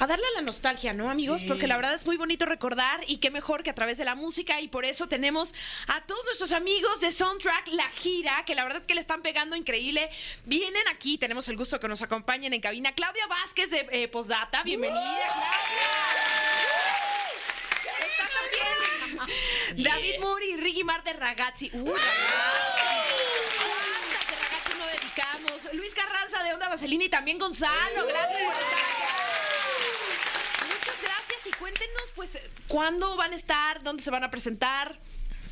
Speaker 3: A darle a la nostalgia, ¿no, amigos? Porque la verdad es muy bonito recordar y qué mejor que a través de la música. Y por eso tenemos a todos nuestros amigos de Soundtrack La Gira, que la verdad que le están pegando increíble. Vienen aquí, tenemos el gusto de que nos acompañen en cabina. Claudia Vázquez de eh, Postdata, bienvenida, Claudia. Está también David Muri y Ricky Mar de Ragazzi. ¡Uh, Ragazzi! ¿Cuántas de Ragazzi no dedicamos? Luis Carranza de Onda Vaselina y también Gonzalo. Gracias por estar aquí. Muchas gracias y cuéntenos, pues, cuándo van a estar, dónde se van a presentar.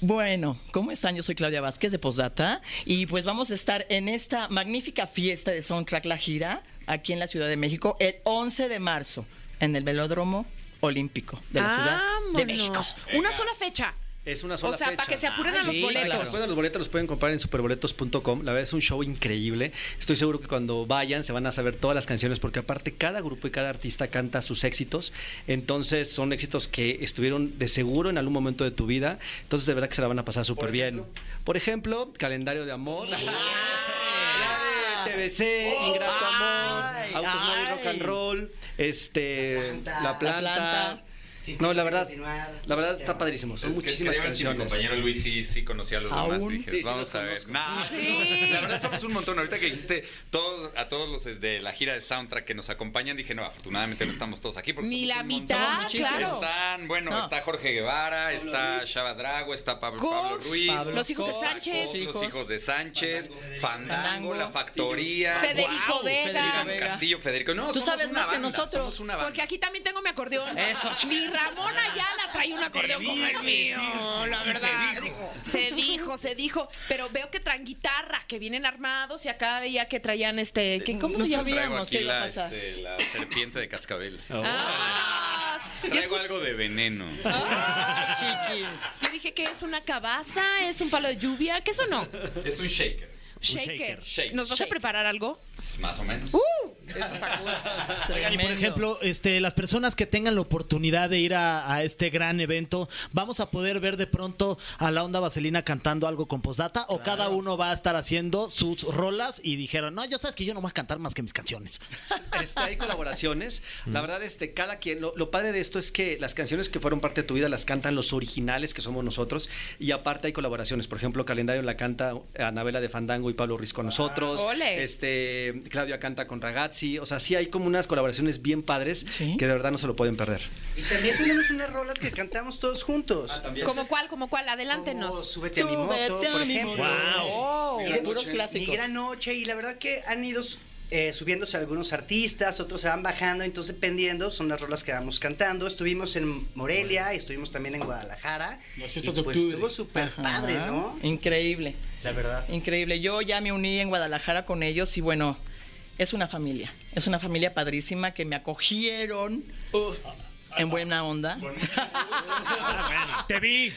Speaker 6: Bueno, ¿cómo están? Yo soy Claudia Vázquez de Posdata y pues vamos a estar en esta magnífica fiesta de Soundtrack La Gira aquí en la Ciudad de México el 11 de marzo en el Velódromo Olímpico de la Ciudad de
Speaker 3: Vámonos.
Speaker 6: México.
Speaker 3: Una sola fecha.
Speaker 7: Es una sola
Speaker 3: O sea,
Speaker 7: fecha.
Speaker 3: para que se apuren
Speaker 6: Ah,
Speaker 3: a los
Speaker 6: sí,
Speaker 7: Para que
Speaker 3: boletos.
Speaker 7: se apuren a los boletos los pueden comprar en superboletos.com. La verdad es un show increíble. Estoy seguro que cuando vayan se van a saber todas las canciones porque aparte cada grupo y cada artista canta sus éxitos. Entonces son éxitos que estuvieron de seguro en algún momento de tu vida. Entonces de verdad que se la van a pasar súper bien. Por ejemplo, Calendario de Amor. La de TBC, Ingrato
Speaker 6: Ay,
Speaker 7: Amor, Autos Moda y
Speaker 6: ay.
Speaker 7: Rock and Roll, este, La
Speaker 8: La
Speaker 7: Planta.
Speaker 6: Planta.
Speaker 7: No, la verdad, la verdad está padrísimo. Son
Speaker 9: Es que
Speaker 7: muchísimas
Speaker 9: quería ver si mi
Speaker 7: canciones.
Speaker 9: compañero Luis sí, sí conocía a los
Speaker 6: Aún.
Speaker 9: demás. Dije,
Speaker 7: Sí, sí
Speaker 9: vamos
Speaker 7: los
Speaker 9: a ver.
Speaker 7: conozco.
Speaker 9: Nah.
Speaker 3: Sí.
Speaker 9: La verdad somos un montón. Ahorita que dijiste todos, a todos los de la gira de soundtrack que nos acompañan, dije, no, afortunadamente no estamos todos aquí. Porque
Speaker 3: Ni
Speaker 9: somos
Speaker 3: la
Speaker 9: un montón.
Speaker 6: Somos
Speaker 3: mitad,
Speaker 6: muchísimos.
Speaker 3: claro.
Speaker 9: Están, bueno,
Speaker 6: No.
Speaker 9: está Jorge Guevara, está Chava Drago, está Pablo,
Speaker 3: Cox,
Speaker 9: Pablo Ruiz.
Speaker 6: Pablo
Speaker 3: Los hijos de
Speaker 6: Cox,
Speaker 3: Sánchez.
Speaker 9: Cox, los
Speaker 6: Hijos.
Speaker 9: hijos de Sánchez, Fandango,
Speaker 6: Fandango,
Speaker 9: La Factoría,
Speaker 3: Federico
Speaker 6: Guau,
Speaker 3: Vega.
Speaker 6: Federico
Speaker 9: Guau, Castillo, Federico. No,
Speaker 6: Tú
Speaker 9: somos
Speaker 6: sabes
Speaker 9: una
Speaker 6: más que
Speaker 9: banda,
Speaker 6: nosotros.
Speaker 9: Somos una banda.
Speaker 3: Porque aquí también tengo mi acordeón. Ni Ramona ya la trae un acordeón como el mío, la verdad. Se dijo. se dijo, Pero veo que traen guitarra, que vienen armados y acá veía que traían este. que- ¿Cómo
Speaker 6: No
Speaker 3: se
Speaker 6: sé.
Speaker 3: llama?
Speaker 9: Traigo
Speaker 6: sabíamos
Speaker 9: aquí
Speaker 6: qué iba a
Speaker 9: la,
Speaker 6: pasar.
Speaker 9: este, la serpiente de cascabel.
Speaker 3: Ah, y
Speaker 9: Traigo
Speaker 3: escu-
Speaker 9: algo de veneno.
Speaker 3: Ah,
Speaker 6: Chiquis.
Speaker 3: Yo dije que es una cabaza, es un palo de lluvia, ¿qué es o no?
Speaker 9: Es un shaker.
Speaker 3: Shaker.
Speaker 9: shaker.
Speaker 3: ¿Nos vas a
Speaker 9: Shake.
Speaker 3: preparar algo?
Speaker 9: Más o menos.
Speaker 6: Uh.
Speaker 2: Oigan, y por
Speaker 6: Tremendos.
Speaker 2: ejemplo, este, las personas que tengan la oportunidad de ir a, a este gran evento, ¿vamos a poder ver de pronto a la onda vaselina cantando algo con postdata? ¿O cada uno va a estar haciendo sus rolas y dijeron, no, ya sabes que yo no voy a cantar más que mis canciones?
Speaker 7: Este, hay colaboraciones. La verdad, este, cada quien. Lo, lo padre de esto es que las canciones que fueron parte de tu vida las cantan los originales que somos nosotros. Y aparte hay colaboraciones. Por ejemplo, Calendario la canta Anabela de Fandango y Pablo Ruiz con nosotros.
Speaker 3: Ah, Ole.
Speaker 7: Este, Claudia canta con Ragazzi. O sea, sí hay como unas colaboraciones bien padres
Speaker 6: Sí.
Speaker 7: que de verdad no se lo pueden perder. Ah,
Speaker 8: Y también tenemos unas rolas que cantamos todos juntos.
Speaker 3: ¿Como cuál? ¿Como cuál?
Speaker 8: Como
Speaker 3: Adelántenos.
Speaker 8: Oh,
Speaker 3: Oh.
Speaker 8: Súbete a mi moto,
Speaker 6: Súbete a
Speaker 8: por
Speaker 6: mi
Speaker 8: ejemplo.
Speaker 4: moto.
Speaker 6: Wow.
Speaker 8: Y de-
Speaker 6: Puros clásicos.
Speaker 8: Mi gran noche. Y la verdad que han ido eh, subiéndose algunos artistas, otros se van bajando, entonces dependiendo, son las rolas que vamos cantando. Estuvimos en Morelia, y estuvimos también en Guadalajara.
Speaker 5: Las fiestas
Speaker 8: y
Speaker 5: de
Speaker 8: pues
Speaker 5: octubre.
Speaker 8: estuvo súper
Speaker 6: Ajá.
Speaker 8: padre, ¿no?
Speaker 6: Increíble,
Speaker 8: La verdad.
Speaker 6: increíble. Yo ya me uní en Guadalajara con ellos y bueno, es una familia. Es una familia padrísima que me acogieron
Speaker 2: Uh.
Speaker 6: uf, en buena onda.
Speaker 2: Te vi.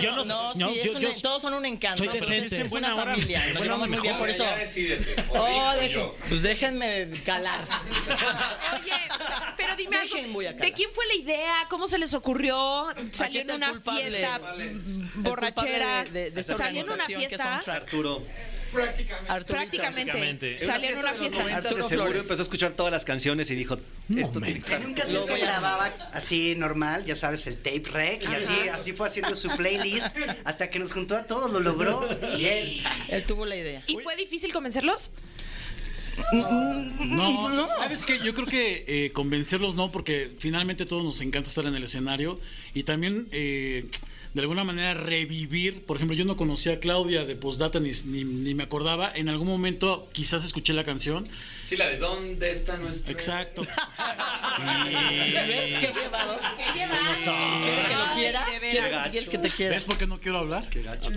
Speaker 2: Yo no,
Speaker 6: No,
Speaker 2: no,
Speaker 6: sí, es
Speaker 2: yo-
Speaker 6: un-
Speaker 2: yo-
Speaker 6: todos son un encanto.
Speaker 2: soy
Speaker 6: pero
Speaker 2: decente.
Speaker 6: sí, Es
Speaker 2: En
Speaker 6: una
Speaker 4: buena hora,
Speaker 6: familia.
Speaker 4: en
Speaker 6: Nos
Speaker 4: buena
Speaker 6: llevamos muy bien por
Speaker 9: Ahora
Speaker 6: eso.
Speaker 9: ya decídete, o
Speaker 6: Oh,
Speaker 9: Rick o
Speaker 6: dejen-
Speaker 9: yo.
Speaker 6: pues déjenme calar.
Speaker 3: Oye, pero dime algo.
Speaker 6: Dejen, voy a calar.
Speaker 3: ¿De quién fue la idea? ¿Cómo se les ocurrió?
Speaker 6: Aquí
Speaker 3: ¿Salió
Speaker 6: está
Speaker 3: en
Speaker 6: el
Speaker 3: una
Speaker 6: culpable.
Speaker 3: fiesta
Speaker 6: Vale.
Speaker 3: mm,
Speaker 6: El
Speaker 3: borrachera?
Speaker 6: culpable de- de esta
Speaker 3: ¿Salió en una
Speaker 6: organización que
Speaker 3: fiesta?
Speaker 6: son Track.
Speaker 7: Arturo.
Speaker 6: Arturito.
Speaker 3: Prácticamente.
Speaker 4: Prácticamente.
Speaker 3: Salió en una
Speaker 7: de los
Speaker 3: fiesta.
Speaker 7: 90s de
Speaker 6: Arturo
Speaker 7: seguro
Speaker 6: Flores.
Speaker 7: empezó a escuchar todas las canciones y dijo, esto tiene que estar
Speaker 8: En un cassette que grababa así normal, ya sabes, el tape rec, y así, así fue haciendo su playlist hasta que nos juntó a todos, lo logró. Bien.
Speaker 6: Él tuvo la idea.
Speaker 3: ¿Y fue difícil convencerlos?
Speaker 10: No, sabes que yo creo que eh, convencerlos no, porque finalmente a todos nos encanta estar en el escenario y también eh, de alguna manera revivir. Por ejemplo, yo no conocía a Claudia de Postdata ni, ni, ni me acordaba. En algún momento quizás escuché la canción.
Speaker 9: Sí, la de ¿Dónde está nuestro?
Speaker 10: Exacto.
Speaker 6: ¿Ves qué llevado? ¿Quieres que lo quiera?
Speaker 3: Ay, de veras.
Speaker 6: ¿Quieres, quieres que te quiera?
Speaker 10: ¿Ves por qué no quiero hablar?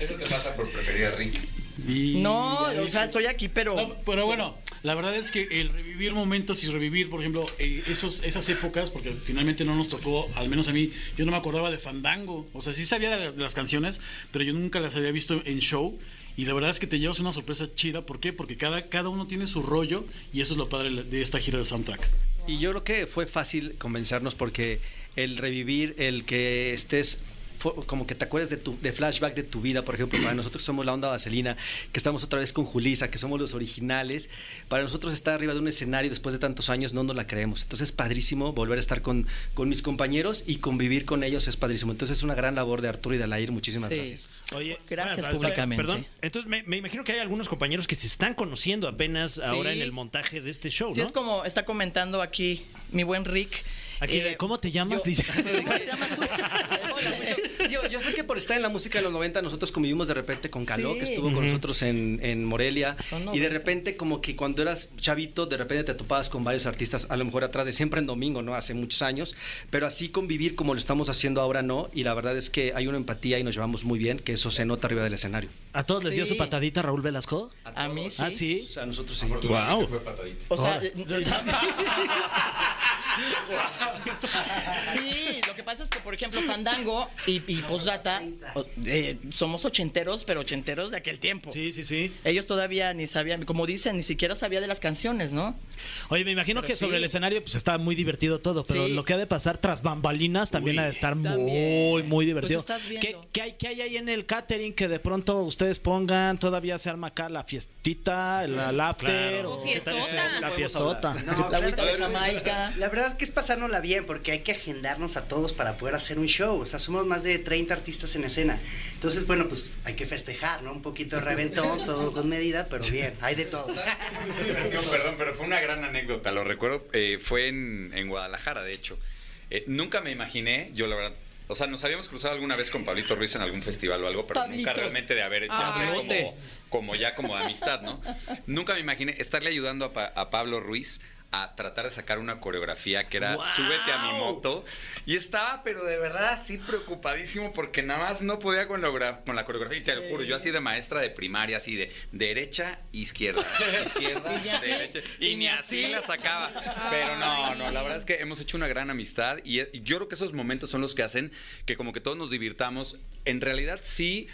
Speaker 9: Eso te pasa por preferir a Rick.
Speaker 10: Y-
Speaker 6: No, o sea, estoy aquí, pero...
Speaker 10: No, pero bueno, la verdad es que el revivir momentos y revivir, por ejemplo, eh, esos, esas épocas, porque finalmente no nos tocó, al menos a mí, yo no me acordaba de Fandango. O sea, sí sabía de las, de las canciones, pero yo nunca las había visto en show. Y la verdad es que te llevas una sorpresa chida. ¿Por qué? Porque cada, cada uno tiene su rollo y eso es lo padre de esta gira de soundtrack.
Speaker 7: Y yo creo que fue fácil convencernos porque el revivir, el que estés fo- como que te acuerdes de tu de flashback de tu vida, por ejemplo, para nosotros somos la onda vaselina, que estamos otra vez con Julisa, que somos los originales, para nosotros estar arriba de un escenario después de tantos años no nos la creemos. Entonces es padrísimo volver a estar con, con mis compañeros y convivir con ellos es padrísimo. Entonces es una gran labor de Arturo y de Alair, muchísimas
Speaker 6: Sí.
Speaker 7: gracias.
Speaker 4: Oye,
Speaker 6: Gracias
Speaker 4: bueno,
Speaker 6: públicamente.
Speaker 4: Perdón, entonces me, me imagino que hay algunos compañeros que se están conociendo apenas ahora en el montaje de este show,
Speaker 6: Sí,
Speaker 4: ¿no?
Speaker 6: es como está comentando aquí mi buen Rick.
Speaker 2: Aquí,
Speaker 6: Eh,
Speaker 2: ¿Cómo te llamas?
Speaker 6: yo-
Speaker 2: Dice.
Speaker 6: ¿Cómo te llamas tú?
Speaker 7: yo, yo sé que por estar en la música de los 90 nosotros convivimos de repente con Caló,
Speaker 6: Sí.
Speaker 7: que estuvo con
Speaker 4: Ujú.
Speaker 7: nosotros en, en Morelia.
Speaker 6: Son
Speaker 7: Y de
Speaker 6: noventas.
Speaker 7: repente como que cuando eras chavito, de repente te topabas con varios artistas, a lo mejor atrás de siempre en domingo, ¿no? Hace muchos años. Pero así convivir como lo estamos haciendo ahora, ¿no? Y la verdad es que hay una empatía y nos llevamos muy bien, que eso se nota arriba del escenario.
Speaker 2: ¿A todos les dio
Speaker 6: Sí.
Speaker 2: su patadita Raúl Velasco?
Speaker 6: A mí sí.
Speaker 2: Ah, sí.
Speaker 7: A nosotros sí.
Speaker 9: Afortunadamente
Speaker 4: Wow.
Speaker 9: fue patadita.
Speaker 6: O sea,
Speaker 2: Ahora.
Speaker 6: eh, sí, lo que pasa es que por ejemplo, Fandango y, y Posdata o- eh, somos ochenteros, pero ochenteros de aquel tiempo.
Speaker 2: Sí, sí, sí.
Speaker 6: Ellos todavía ni sabían, como dicen, ni siquiera sabía de las canciones, ¿no?
Speaker 2: Oye, me imagino
Speaker 6: Pero
Speaker 2: que
Speaker 6: sí.
Speaker 2: sobre el escenario pues está muy divertido todo, pero
Speaker 6: Sí.
Speaker 2: lo que ha de pasar tras bambalinas también
Speaker 6: Uy,
Speaker 2: ha de estar
Speaker 6: también.
Speaker 2: muy, muy divertido.
Speaker 6: Pues estás
Speaker 2: ¿Qué,
Speaker 6: viendo.
Speaker 2: qué hay, ¿Qué hay ahí en el catering que de pronto ustedes pongan? Todavía se arma acá la fiestita, la el after
Speaker 4: Claro.
Speaker 2: o-
Speaker 3: O fiestota.
Speaker 2: la
Speaker 8: No,
Speaker 2: fiestota.
Speaker 6: La agüita
Speaker 8: claro
Speaker 6: de
Speaker 8: que-
Speaker 6: Jamaica.
Speaker 8: La verdad que es pasárnosla bien, porque hay que agendarnos a todos para poder hacer un show. O sea, somos más de 30 artistas en escena. Entonces, bueno, pues hay que festejar, ¿no? Un poquito de reventón, todo con medida, pero bien, hay de todo.
Speaker 9: No, perdón, pero fue una gran anécdota, lo recuerdo, eh, fue en, en Guadalajara, de hecho. Eh, nunca me imaginé, yo la verdad, o sea, nos habíamos cruzado alguna vez con Pablito Ruiz en algún festival o algo, pero nunca
Speaker 6: Pablito.
Speaker 9: realmente de haber hecho
Speaker 6: Ah,
Speaker 9: así
Speaker 6: bote.
Speaker 9: como, como ya como de amistad, ¿no? Nunca me imaginé estarle ayudando a, Pa- a Pablo Ruiz a tratar de sacar una coreografía que era
Speaker 4: ¡Guau!
Speaker 9: súbete a mi moto y estaba pero de verdad así preocupadísimo porque nada más no podía con, la gra- con la coreografía y te lo juro yo así de maestra de primaria así de derecha izquierda izquierda
Speaker 6: Y ni así,
Speaker 9: derecha.
Speaker 6: y
Speaker 9: y
Speaker 6: ni
Speaker 9: ni así
Speaker 6: así.
Speaker 9: la sacaba pero no no la verdad es que hemos hecho una gran amistad y eh, yo creo que esos momentos son los que hacen que como que todos nos divirtamos en realidad sí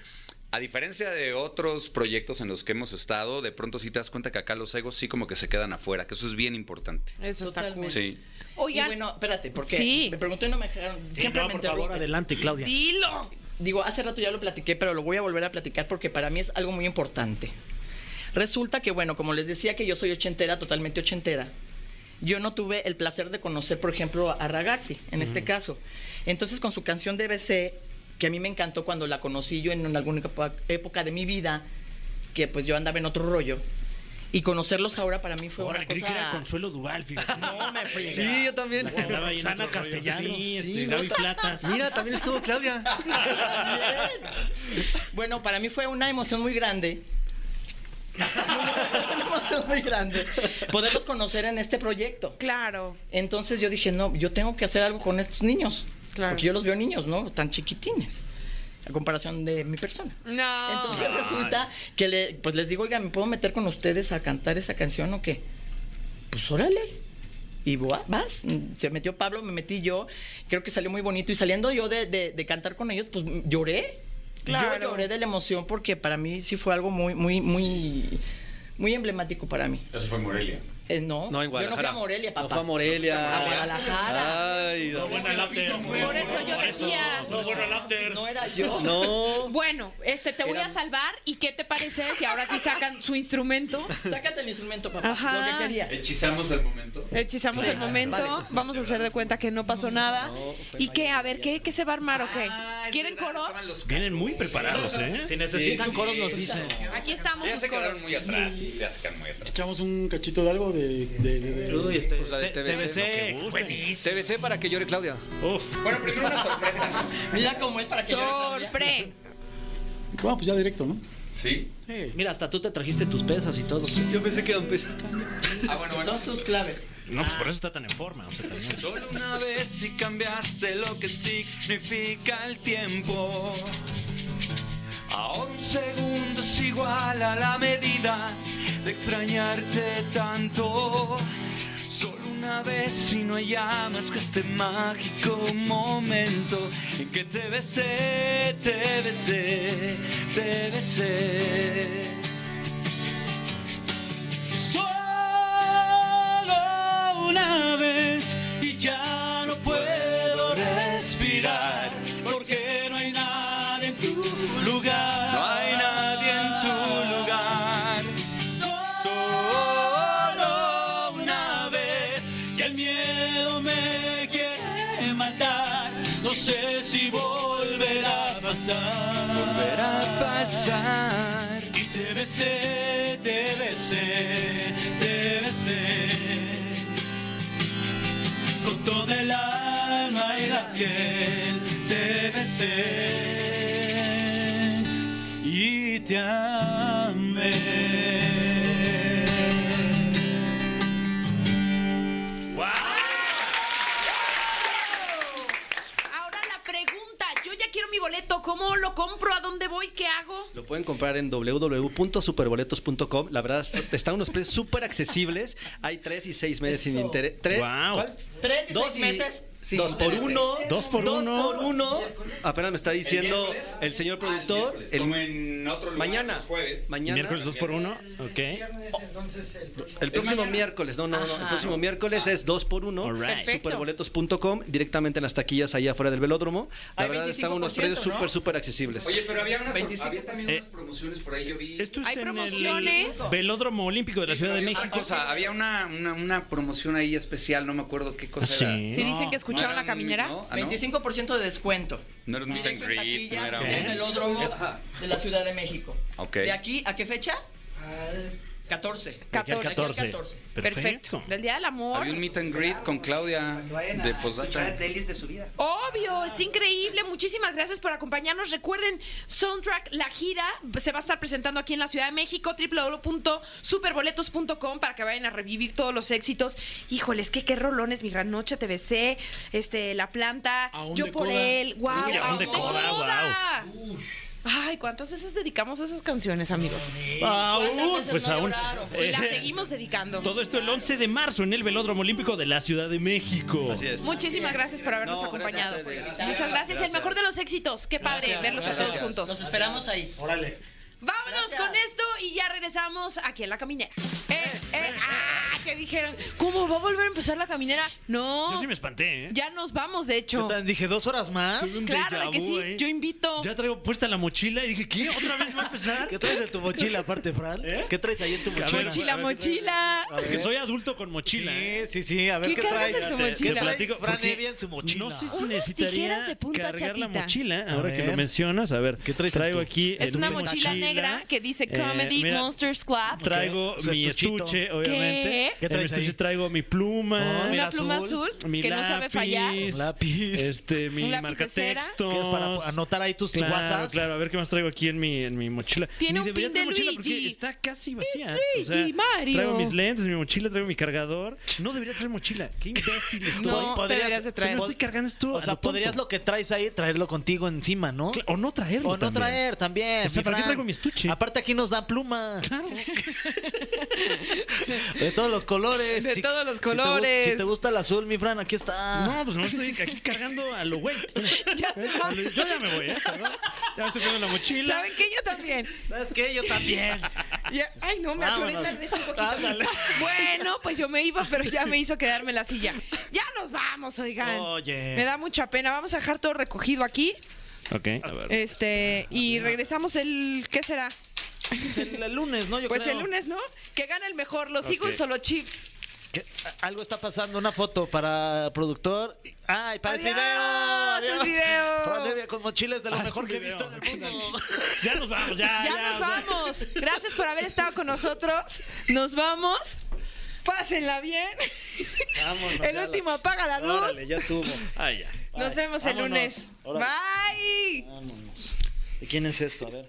Speaker 9: a diferencia de otros proyectos en los que hemos estado, de pronto sí te das cuenta que acá los egos sí como que se quedan afuera, que eso es bien importante.
Speaker 3: Eso está cool.
Speaker 6: Totalmente.
Speaker 9: Sí.
Speaker 3: Oigan,
Speaker 6: Y bueno, espérate, porque
Speaker 3: Sí.
Speaker 6: me pregunté y no me dejaron.
Speaker 4: Eh,
Speaker 6: Siempre
Speaker 2: No,
Speaker 6: me
Speaker 2: por favor,
Speaker 6: interrumpen.
Speaker 2: adelante, Claudia.
Speaker 3: dilo.
Speaker 6: Digo, hace rato ya lo platiqué, pero lo voy a volver a platicar porque para mí es algo muy importante. Resulta que, bueno, como les decía que yo soy ochentera, totalmente ochentera, yo no tuve el placer de conocer, por ejemplo, a Ragazzi, en este caso. Entonces, con su canción de BC, que a mí me encantó cuando la conocí yo en alguna epo- época de mi vida, que pues yo andaba en otro rollo, y conocerlos ahora para mí fue
Speaker 4: Ahora
Speaker 6: una
Speaker 4: creí que era
Speaker 6: cosa...
Speaker 4: Consuelo Duval, fíjate.
Speaker 6: No me friegues.
Speaker 11: Sí, yo también.
Speaker 4: La que andaba ahí en
Speaker 2: Roxana
Speaker 4: otro rollo.
Speaker 2: Castellanos.
Speaker 4: Sí, este,
Speaker 11: Sí,
Speaker 4: Gaby
Speaker 11: nota.
Speaker 4: Platas.
Speaker 11: Mira, también estuvo Claudia.
Speaker 6: Bien. Bueno, para mí fue una emoción muy grande. una emoción muy grande. Poderlos conocer en este proyecto.
Speaker 3: Claro.
Speaker 6: Entonces yo dije, no, yo tengo que hacer algo con estos niños.
Speaker 3: Claro.
Speaker 6: Porque yo los veo niños, ¿no? Tan chiquitines. A comparación de mi persona.
Speaker 3: No.
Speaker 6: Entonces resulta que le- pues les digo, oiga, ¿me puedo meter con ustedes a cantar esa canción o qué? Pues órale. Y va- vas, Mm, se metió Pablo, me metí yo, creo que salió muy bonito. Y saliendo yo de, de- de cantar con ellos, pues mm, lloré.
Speaker 3: Claro.
Speaker 6: Yo lloré de la emoción porque para mí sí fue algo muy, muy, muy, muy emblemático para mí.
Speaker 9: Eso fue Morelia.
Speaker 6: Eh,
Speaker 11: No, en
Speaker 6: no, yo no fui
Speaker 11: Guadalajara.
Speaker 6: a Morelia, papá.
Speaker 11: No fue a Morelia.
Speaker 6: A Guadalajara.
Speaker 11: Ay, no.
Speaker 3: Por eso yo decía.
Speaker 6: No era yo.
Speaker 11: No.
Speaker 3: Bueno, este te voy a
Speaker 11: Eran-
Speaker 3: salvar y qué te parece si ahora sí sacan su instrumento.
Speaker 6: Sácate el instrumento, papá.
Speaker 3: Ajá.
Speaker 6: Lo que querías.
Speaker 9: Hechizamos el momento.
Speaker 3: Hechizamos el momento,
Speaker 11: Vale.
Speaker 3: vamos a hacer de cuenta que no pasó nada.
Speaker 11: no, fue
Speaker 3: y que,
Speaker 11: María
Speaker 3: a ver, ¿qué, ¿qué se va a armar o qué? ¿Quieren coros?
Speaker 4: Vienen muy preparados, ¿eh?
Speaker 2: Si necesitan
Speaker 9: Sí,
Speaker 2: coros
Speaker 9: sí,
Speaker 2: nos
Speaker 9: sí.
Speaker 2: dicen.
Speaker 3: Aquí estamos
Speaker 9: Ya
Speaker 3: sus
Speaker 9: se quedaron
Speaker 3: coros.
Speaker 9: muy atrás. Ya se quedaron muy atrás.
Speaker 10: Echamos un cachito de algo de. de- de- de-
Speaker 11: Pues la de TBC.
Speaker 4: que gusten.
Speaker 11: TBC para que llore Claudia.
Speaker 4: Uf.
Speaker 9: Bueno, primero una sorpresa.
Speaker 6: Mira cómo es para que llores, Andrea.
Speaker 3: Sorpre.
Speaker 10: Bueno, pues ya directo, ¿no?
Speaker 9: Sí.
Speaker 2: Mira, hasta tú te trajiste tus pesas y todo.
Speaker 11: Yo pensé que era un peso.
Speaker 9: Ah, bueno, bueno.
Speaker 6: Son sus claves.
Speaker 4: No, pues por eso está tan en forma. O sea, también.
Speaker 11: Solo una vez si cambiaste lo que significa el tiempo. A un segundos igual a la medida de extrañarte tanto. Solo una vez si no hay llamas que este mágico momento en que te besé, te besé, te besé. Solo una vez y ya no puedo respirar porque no hay nadie en tu lugar. No hay nadie en tu lugar. Solo una vez y el miedo me quiere matar. No sé si volverá a pasar. Volverá a pasar. Y te besé, te besé, te besé con todo el alma y la piel te besé y te amé.
Speaker 3: Ahora la pregunta, yo ya quiero mi boleto, ¿cómo lo compro? ¿A dónde voy? ¿Qué hago?
Speaker 11: Lo pueden comprar en www.superboletos.com. La verdad, están unos precios súper accesibles. Hay tres y seis meses sin
Speaker 6: Eso.
Speaker 11: interés. ¿Tres?
Speaker 4: Guau.
Speaker 11: ¿Cuál?
Speaker 6: Tres y
Speaker 11: Dos
Speaker 6: seis meses
Speaker 7: Sí, dos por uno.
Speaker 2: Dos por uno.
Speaker 7: Dos por uno. Apenas me está diciendo el, señor
Speaker 9: el, Ah,
Speaker 7: productor.
Speaker 9: miércoles, como en otro lugar,
Speaker 7: mañana.
Speaker 9: los jueves.
Speaker 7: Mañana.
Speaker 4: Miércoles 2 por 1 Ok.
Speaker 7: El próximo miércoles, no, no, no, el próximo miércoles es 2 por 1
Speaker 4: All right.
Speaker 7: Perfecto. superboletos.com, directamente en las taquillas allá afuera del velódromo. La
Speaker 6: Hay
Speaker 7: verdad están unos
Speaker 6: 25%,
Speaker 7: precios
Speaker 6: ¿no?
Speaker 7: súper, súper accesibles.
Speaker 9: Oye, pero había, unas,
Speaker 6: 25.
Speaker 9: había también
Speaker 4: Eh,
Speaker 9: unas promociones por ahí, yo vi.
Speaker 4: Esto es
Speaker 3: Hay
Speaker 4: en
Speaker 3: promociones.
Speaker 4: el Velódromo Olímpico de la Ciudad de
Speaker 9: Había
Speaker 4: México.
Speaker 9: otra cosa, había una, una, una promoción ahí especial, no me acuerdo qué cosa
Speaker 4: Sí.
Speaker 9: era.
Speaker 4: Sí,
Speaker 3: ¿Sí
Speaker 10: No,
Speaker 3: dicen que escucharon
Speaker 9: ¿No era
Speaker 3: la
Speaker 9: un-
Speaker 3: caminera?
Speaker 9: no? Ah, ¿no?
Speaker 6: 25% de descuento.
Speaker 9: No era un meet and
Speaker 6: Directo en
Speaker 9: greet, no
Speaker 6: taquillas,
Speaker 9: era
Speaker 6: en
Speaker 9: un-
Speaker 6: el velódromo de la Ciudad de México.
Speaker 9: Ok.
Speaker 6: ¿De aquí a qué fecha? 14.
Speaker 4: Aquí al
Speaker 3: 14.
Speaker 4: 14.
Speaker 3: Perfecto. Del Día del Amor.
Speaker 9: Había un meet and greet con Claudia
Speaker 8: Para que vayan a
Speaker 9: de
Speaker 8: escuchar el
Speaker 9: Posacha.
Speaker 8: playlist de su vida.
Speaker 3: Obvio, está increíble. Muchísimas gracias por acompañarnos. Recuerden, Soundtrack La Gira se va a estar presentando aquí en la Ciudad de México, www.superboletos.com para que vayan a revivir todos los éxitos. Híjoles, qué, qué rolones, mi gran noche, te besé, este, La Planta,
Speaker 10: Aún
Speaker 3: Yo
Speaker 10: de
Speaker 3: por
Speaker 10: coda.
Speaker 3: él, wow,
Speaker 4: Uy, aún de coda,
Speaker 3: Ay, ¿cuántas veces dedicamos esas canciones, amigos?
Speaker 4: Aún, pues
Speaker 6: no
Speaker 4: aún.
Speaker 6: lloraron?
Speaker 3: Y las
Speaker 4: Eh,
Speaker 3: seguimos dedicando.
Speaker 4: Todo esto el 11 de marzo en el Velódromo Olímpico de la Ciudad de México.
Speaker 7: Así es.
Speaker 3: Muchísimas gracias por habernos
Speaker 7: No, gracias a
Speaker 3: acompañado.
Speaker 7: ustedes.
Speaker 3: Muchas gracias. El
Speaker 7: Gracias.
Speaker 3: mejor de los éxitos. Qué padre verlos a todos juntos.
Speaker 6: Nos esperamos ahí.
Speaker 10: Órale.
Speaker 3: Vámonos
Speaker 6: Gracias.
Speaker 3: con esto y ya regresamos aquí en la caminera. Eh, eh, ah, que dijeron, ¿cómo va a volver a empezar la caminera? No,
Speaker 4: Yo sí me espanté, ¿eh?
Speaker 3: ya nos vamos, de
Speaker 2: Yo
Speaker 3: hecho.
Speaker 2: también dije dos horas más.
Speaker 4: Tuve un
Speaker 3: Claro
Speaker 4: déjà
Speaker 3: de que
Speaker 4: vu,
Speaker 3: sí,
Speaker 4: ¿eh?
Speaker 3: yo invito.
Speaker 4: Ya traigo puesta la mochila y dije, ¿qué? ¿Otra vez va a empezar?
Speaker 2: ¿Qué traes de tu mochila aparte, Fran?
Speaker 4: ¿Eh?
Speaker 2: ¿Qué traes ahí en tu
Speaker 4: A ver,
Speaker 2: mochila?
Speaker 3: Mochila,
Speaker 4: a ver,
Speaker 3: mochila.
Speaker 4: Que soy adulto con mochila. ¿eh?
Speaker 2: Sí, sí, sí. A ver
Speaker 3: ¿Qué
Speaker 2: qué,
Speaker 3: cargas
Speaker 2: traes.
Speaker 3: en tu
Speaker 2: Te-
Speaker 3: mochila?
Speaker 2: te platico, Fran
Speaker 4: porque
Speaker 2: Evia en su mochila.
Speaker 4: No sé si
Speaker 3: Unas tijeras
Speaker 4: necesitaría
Speaker 3: de punta
Speaker 4: cargar la
Speaker 3: chatita.
Speaker 4: mochila.
Speaker 2: A
Speaker 4: Ahora que lo
Speaker 2: ver.
Speaker 4: mencionas, a ver.
Speaker 2: ¿Qué traes en
Speaker 4: Traigo
Speaker 2: tu-
Speaker 4: aquí.
Speaker 3: Es
Speaker 4: en
Speaker 3: una
Speaker 4: mi
Speaker 3: mochila negra que dice
Speaker 4: eh,
Speaker 3: Comedy
Speaker 4: mira,
Speaker 3: Monsters Club.
Speaker 4: Traigo
Speaker 2: Ok, su
Speaker 4: mi
Speaker 2: estuchito.
Speaker 4: estuche, obviamente.
Speaker 2: ¿Qué
Speaker 4: En mi
Speaker 2: traes
Speaker 4: estuche
Speaker 2: ahí?
Speaker 4: traigo mi pluma.
Speaker 2: Oh,
Speaker 3: Una
Speaker 2: mira,
Speaker 3: pluma azul,
Speaker 2: azul,
Speaker 3: que no sabe fallar.
Speaker 4: lápiz,
Speaker 2: Lápiz.
Speaker 4: Este, mi
Speaker 3: Un lápiz de cera.
Speaker 4: marcatexto.
Speaker 2: ¿Qué es para anotar ahí tus
Speaker 4: Claro,
Speaker 2: WhatsApps?
Speaker 4: claro, a ver qué más traigo aquí en mi, en mi mochila.
Speaker 3: Tiene
Speaker 4: Ni
Speaker 3: un
Speaker 4: debería
Speaker 3: pin
Speaker 4: traer
Speaker 3: de
Speaker 4: mochila
Speaker 3: Luigi.
Speaker 4: Porque está casi vacía.
Speaker 3: It's Luigi, Mario.
Speaker 4: Traigo mis lentes, mi mochila, traigo mi cargador. No debería traer mochila. Qué imbécil estoy.
Speaker 3: No,
Speaker 2: Podrías-
Speaker 3: deberías de
Speaker 4: Si
Speaker 3: traer.
Speaker 4: no estoy cargando esto.
Speaker 2: O sea, podrías lo que traes ahí traerlo contigo encima, ¿no?
Speaker 4: O no traerlo.
Speaker 2: O no
Speaker 4: también.
Speaker 2: traer también.
Speaker 4: O sea,
Speaker 2: mi
Speaker 4: ¿para qué
Speaker 2: Fran.
Speaker 4: traigo mi estuche?
Speaker 2: Aparte aquí nos dan pluma. De todos los colores.
Speaker 3: De todos los
Speaker 2: te gu-
Speaker 3: colores.
Speaker 2: Si te, gusta el azul, mi Fran, aquí está.
Speaker 4: No, pues no estoy aquí cargando a lo güey.
Speaker 3: Ya se va.
Speaker 4: Yo ya me voy, ¿eh? Perdón. Ya me estoy poniendo la mochila.
Speaker 3: ¿Saben qué? Yo también.
Speaker 2: ¿Sabes qué? Yo también.
Speaker 3: Ya- Ay, no, me atoré
Speaker 2: Vámonos.
Speaker 3: tal vez un poquito.
Speaker 2: Ándale.
Speaker 3: Bueno, pues yo me iba, pero ya me hizo quedarme en la silla. Ya nos vamos, oigan.
Speaker 2: Oye.
Speaker 3: Me da mucha pena. Vamos a dejar todo recogido aquí.
Speaker 4: Ok, a ver.
Speaker 3: Este, y regresamos el ¿qué será?
Speaker 2: El, el lunes, ¿no? Yo
Speaker 3: Pues
Speaker 2: creo.
Speaker 3: el lunes, ¿no? Que gana el mejor, los Eagles o los Chiefs.
Speaker 2: ¿Qué? Algo está pasando, una foto para productor. ¡Ay, para el video!
Speaker 3: ¡Adiós, el video!
Speaker 2: Fran Evia con mochilas de lo
Speaker 4: Ah,
Speaker 2: mejor
Speaker 4: el
Speaker 2: que he
Speaker 4: video.
Speaker 2: visto en el mundo. Pues
Speaker 4: Ya nos vamos, ya.
Speaker 3: ya nos vamos. Gracias por haber estado con nosotros. Nos vamos. Pásenla bien.
Speaker 2: Vámonos,
Speaker 3: el
Speaker 2: ya.
Speaker 3: último apaga la luz.
Speaker 2: Órale, ya estuvo.
Speaker 4: Ah, ya.
Speaker 3: Nos vemos el
Speaker 2: Vámonos.
Speaker 3: lunes.
Speaker 2: Órale.
Speaker 3: Bye.
Speaker 2: Vámonos. ¿De quién es esto? A ver.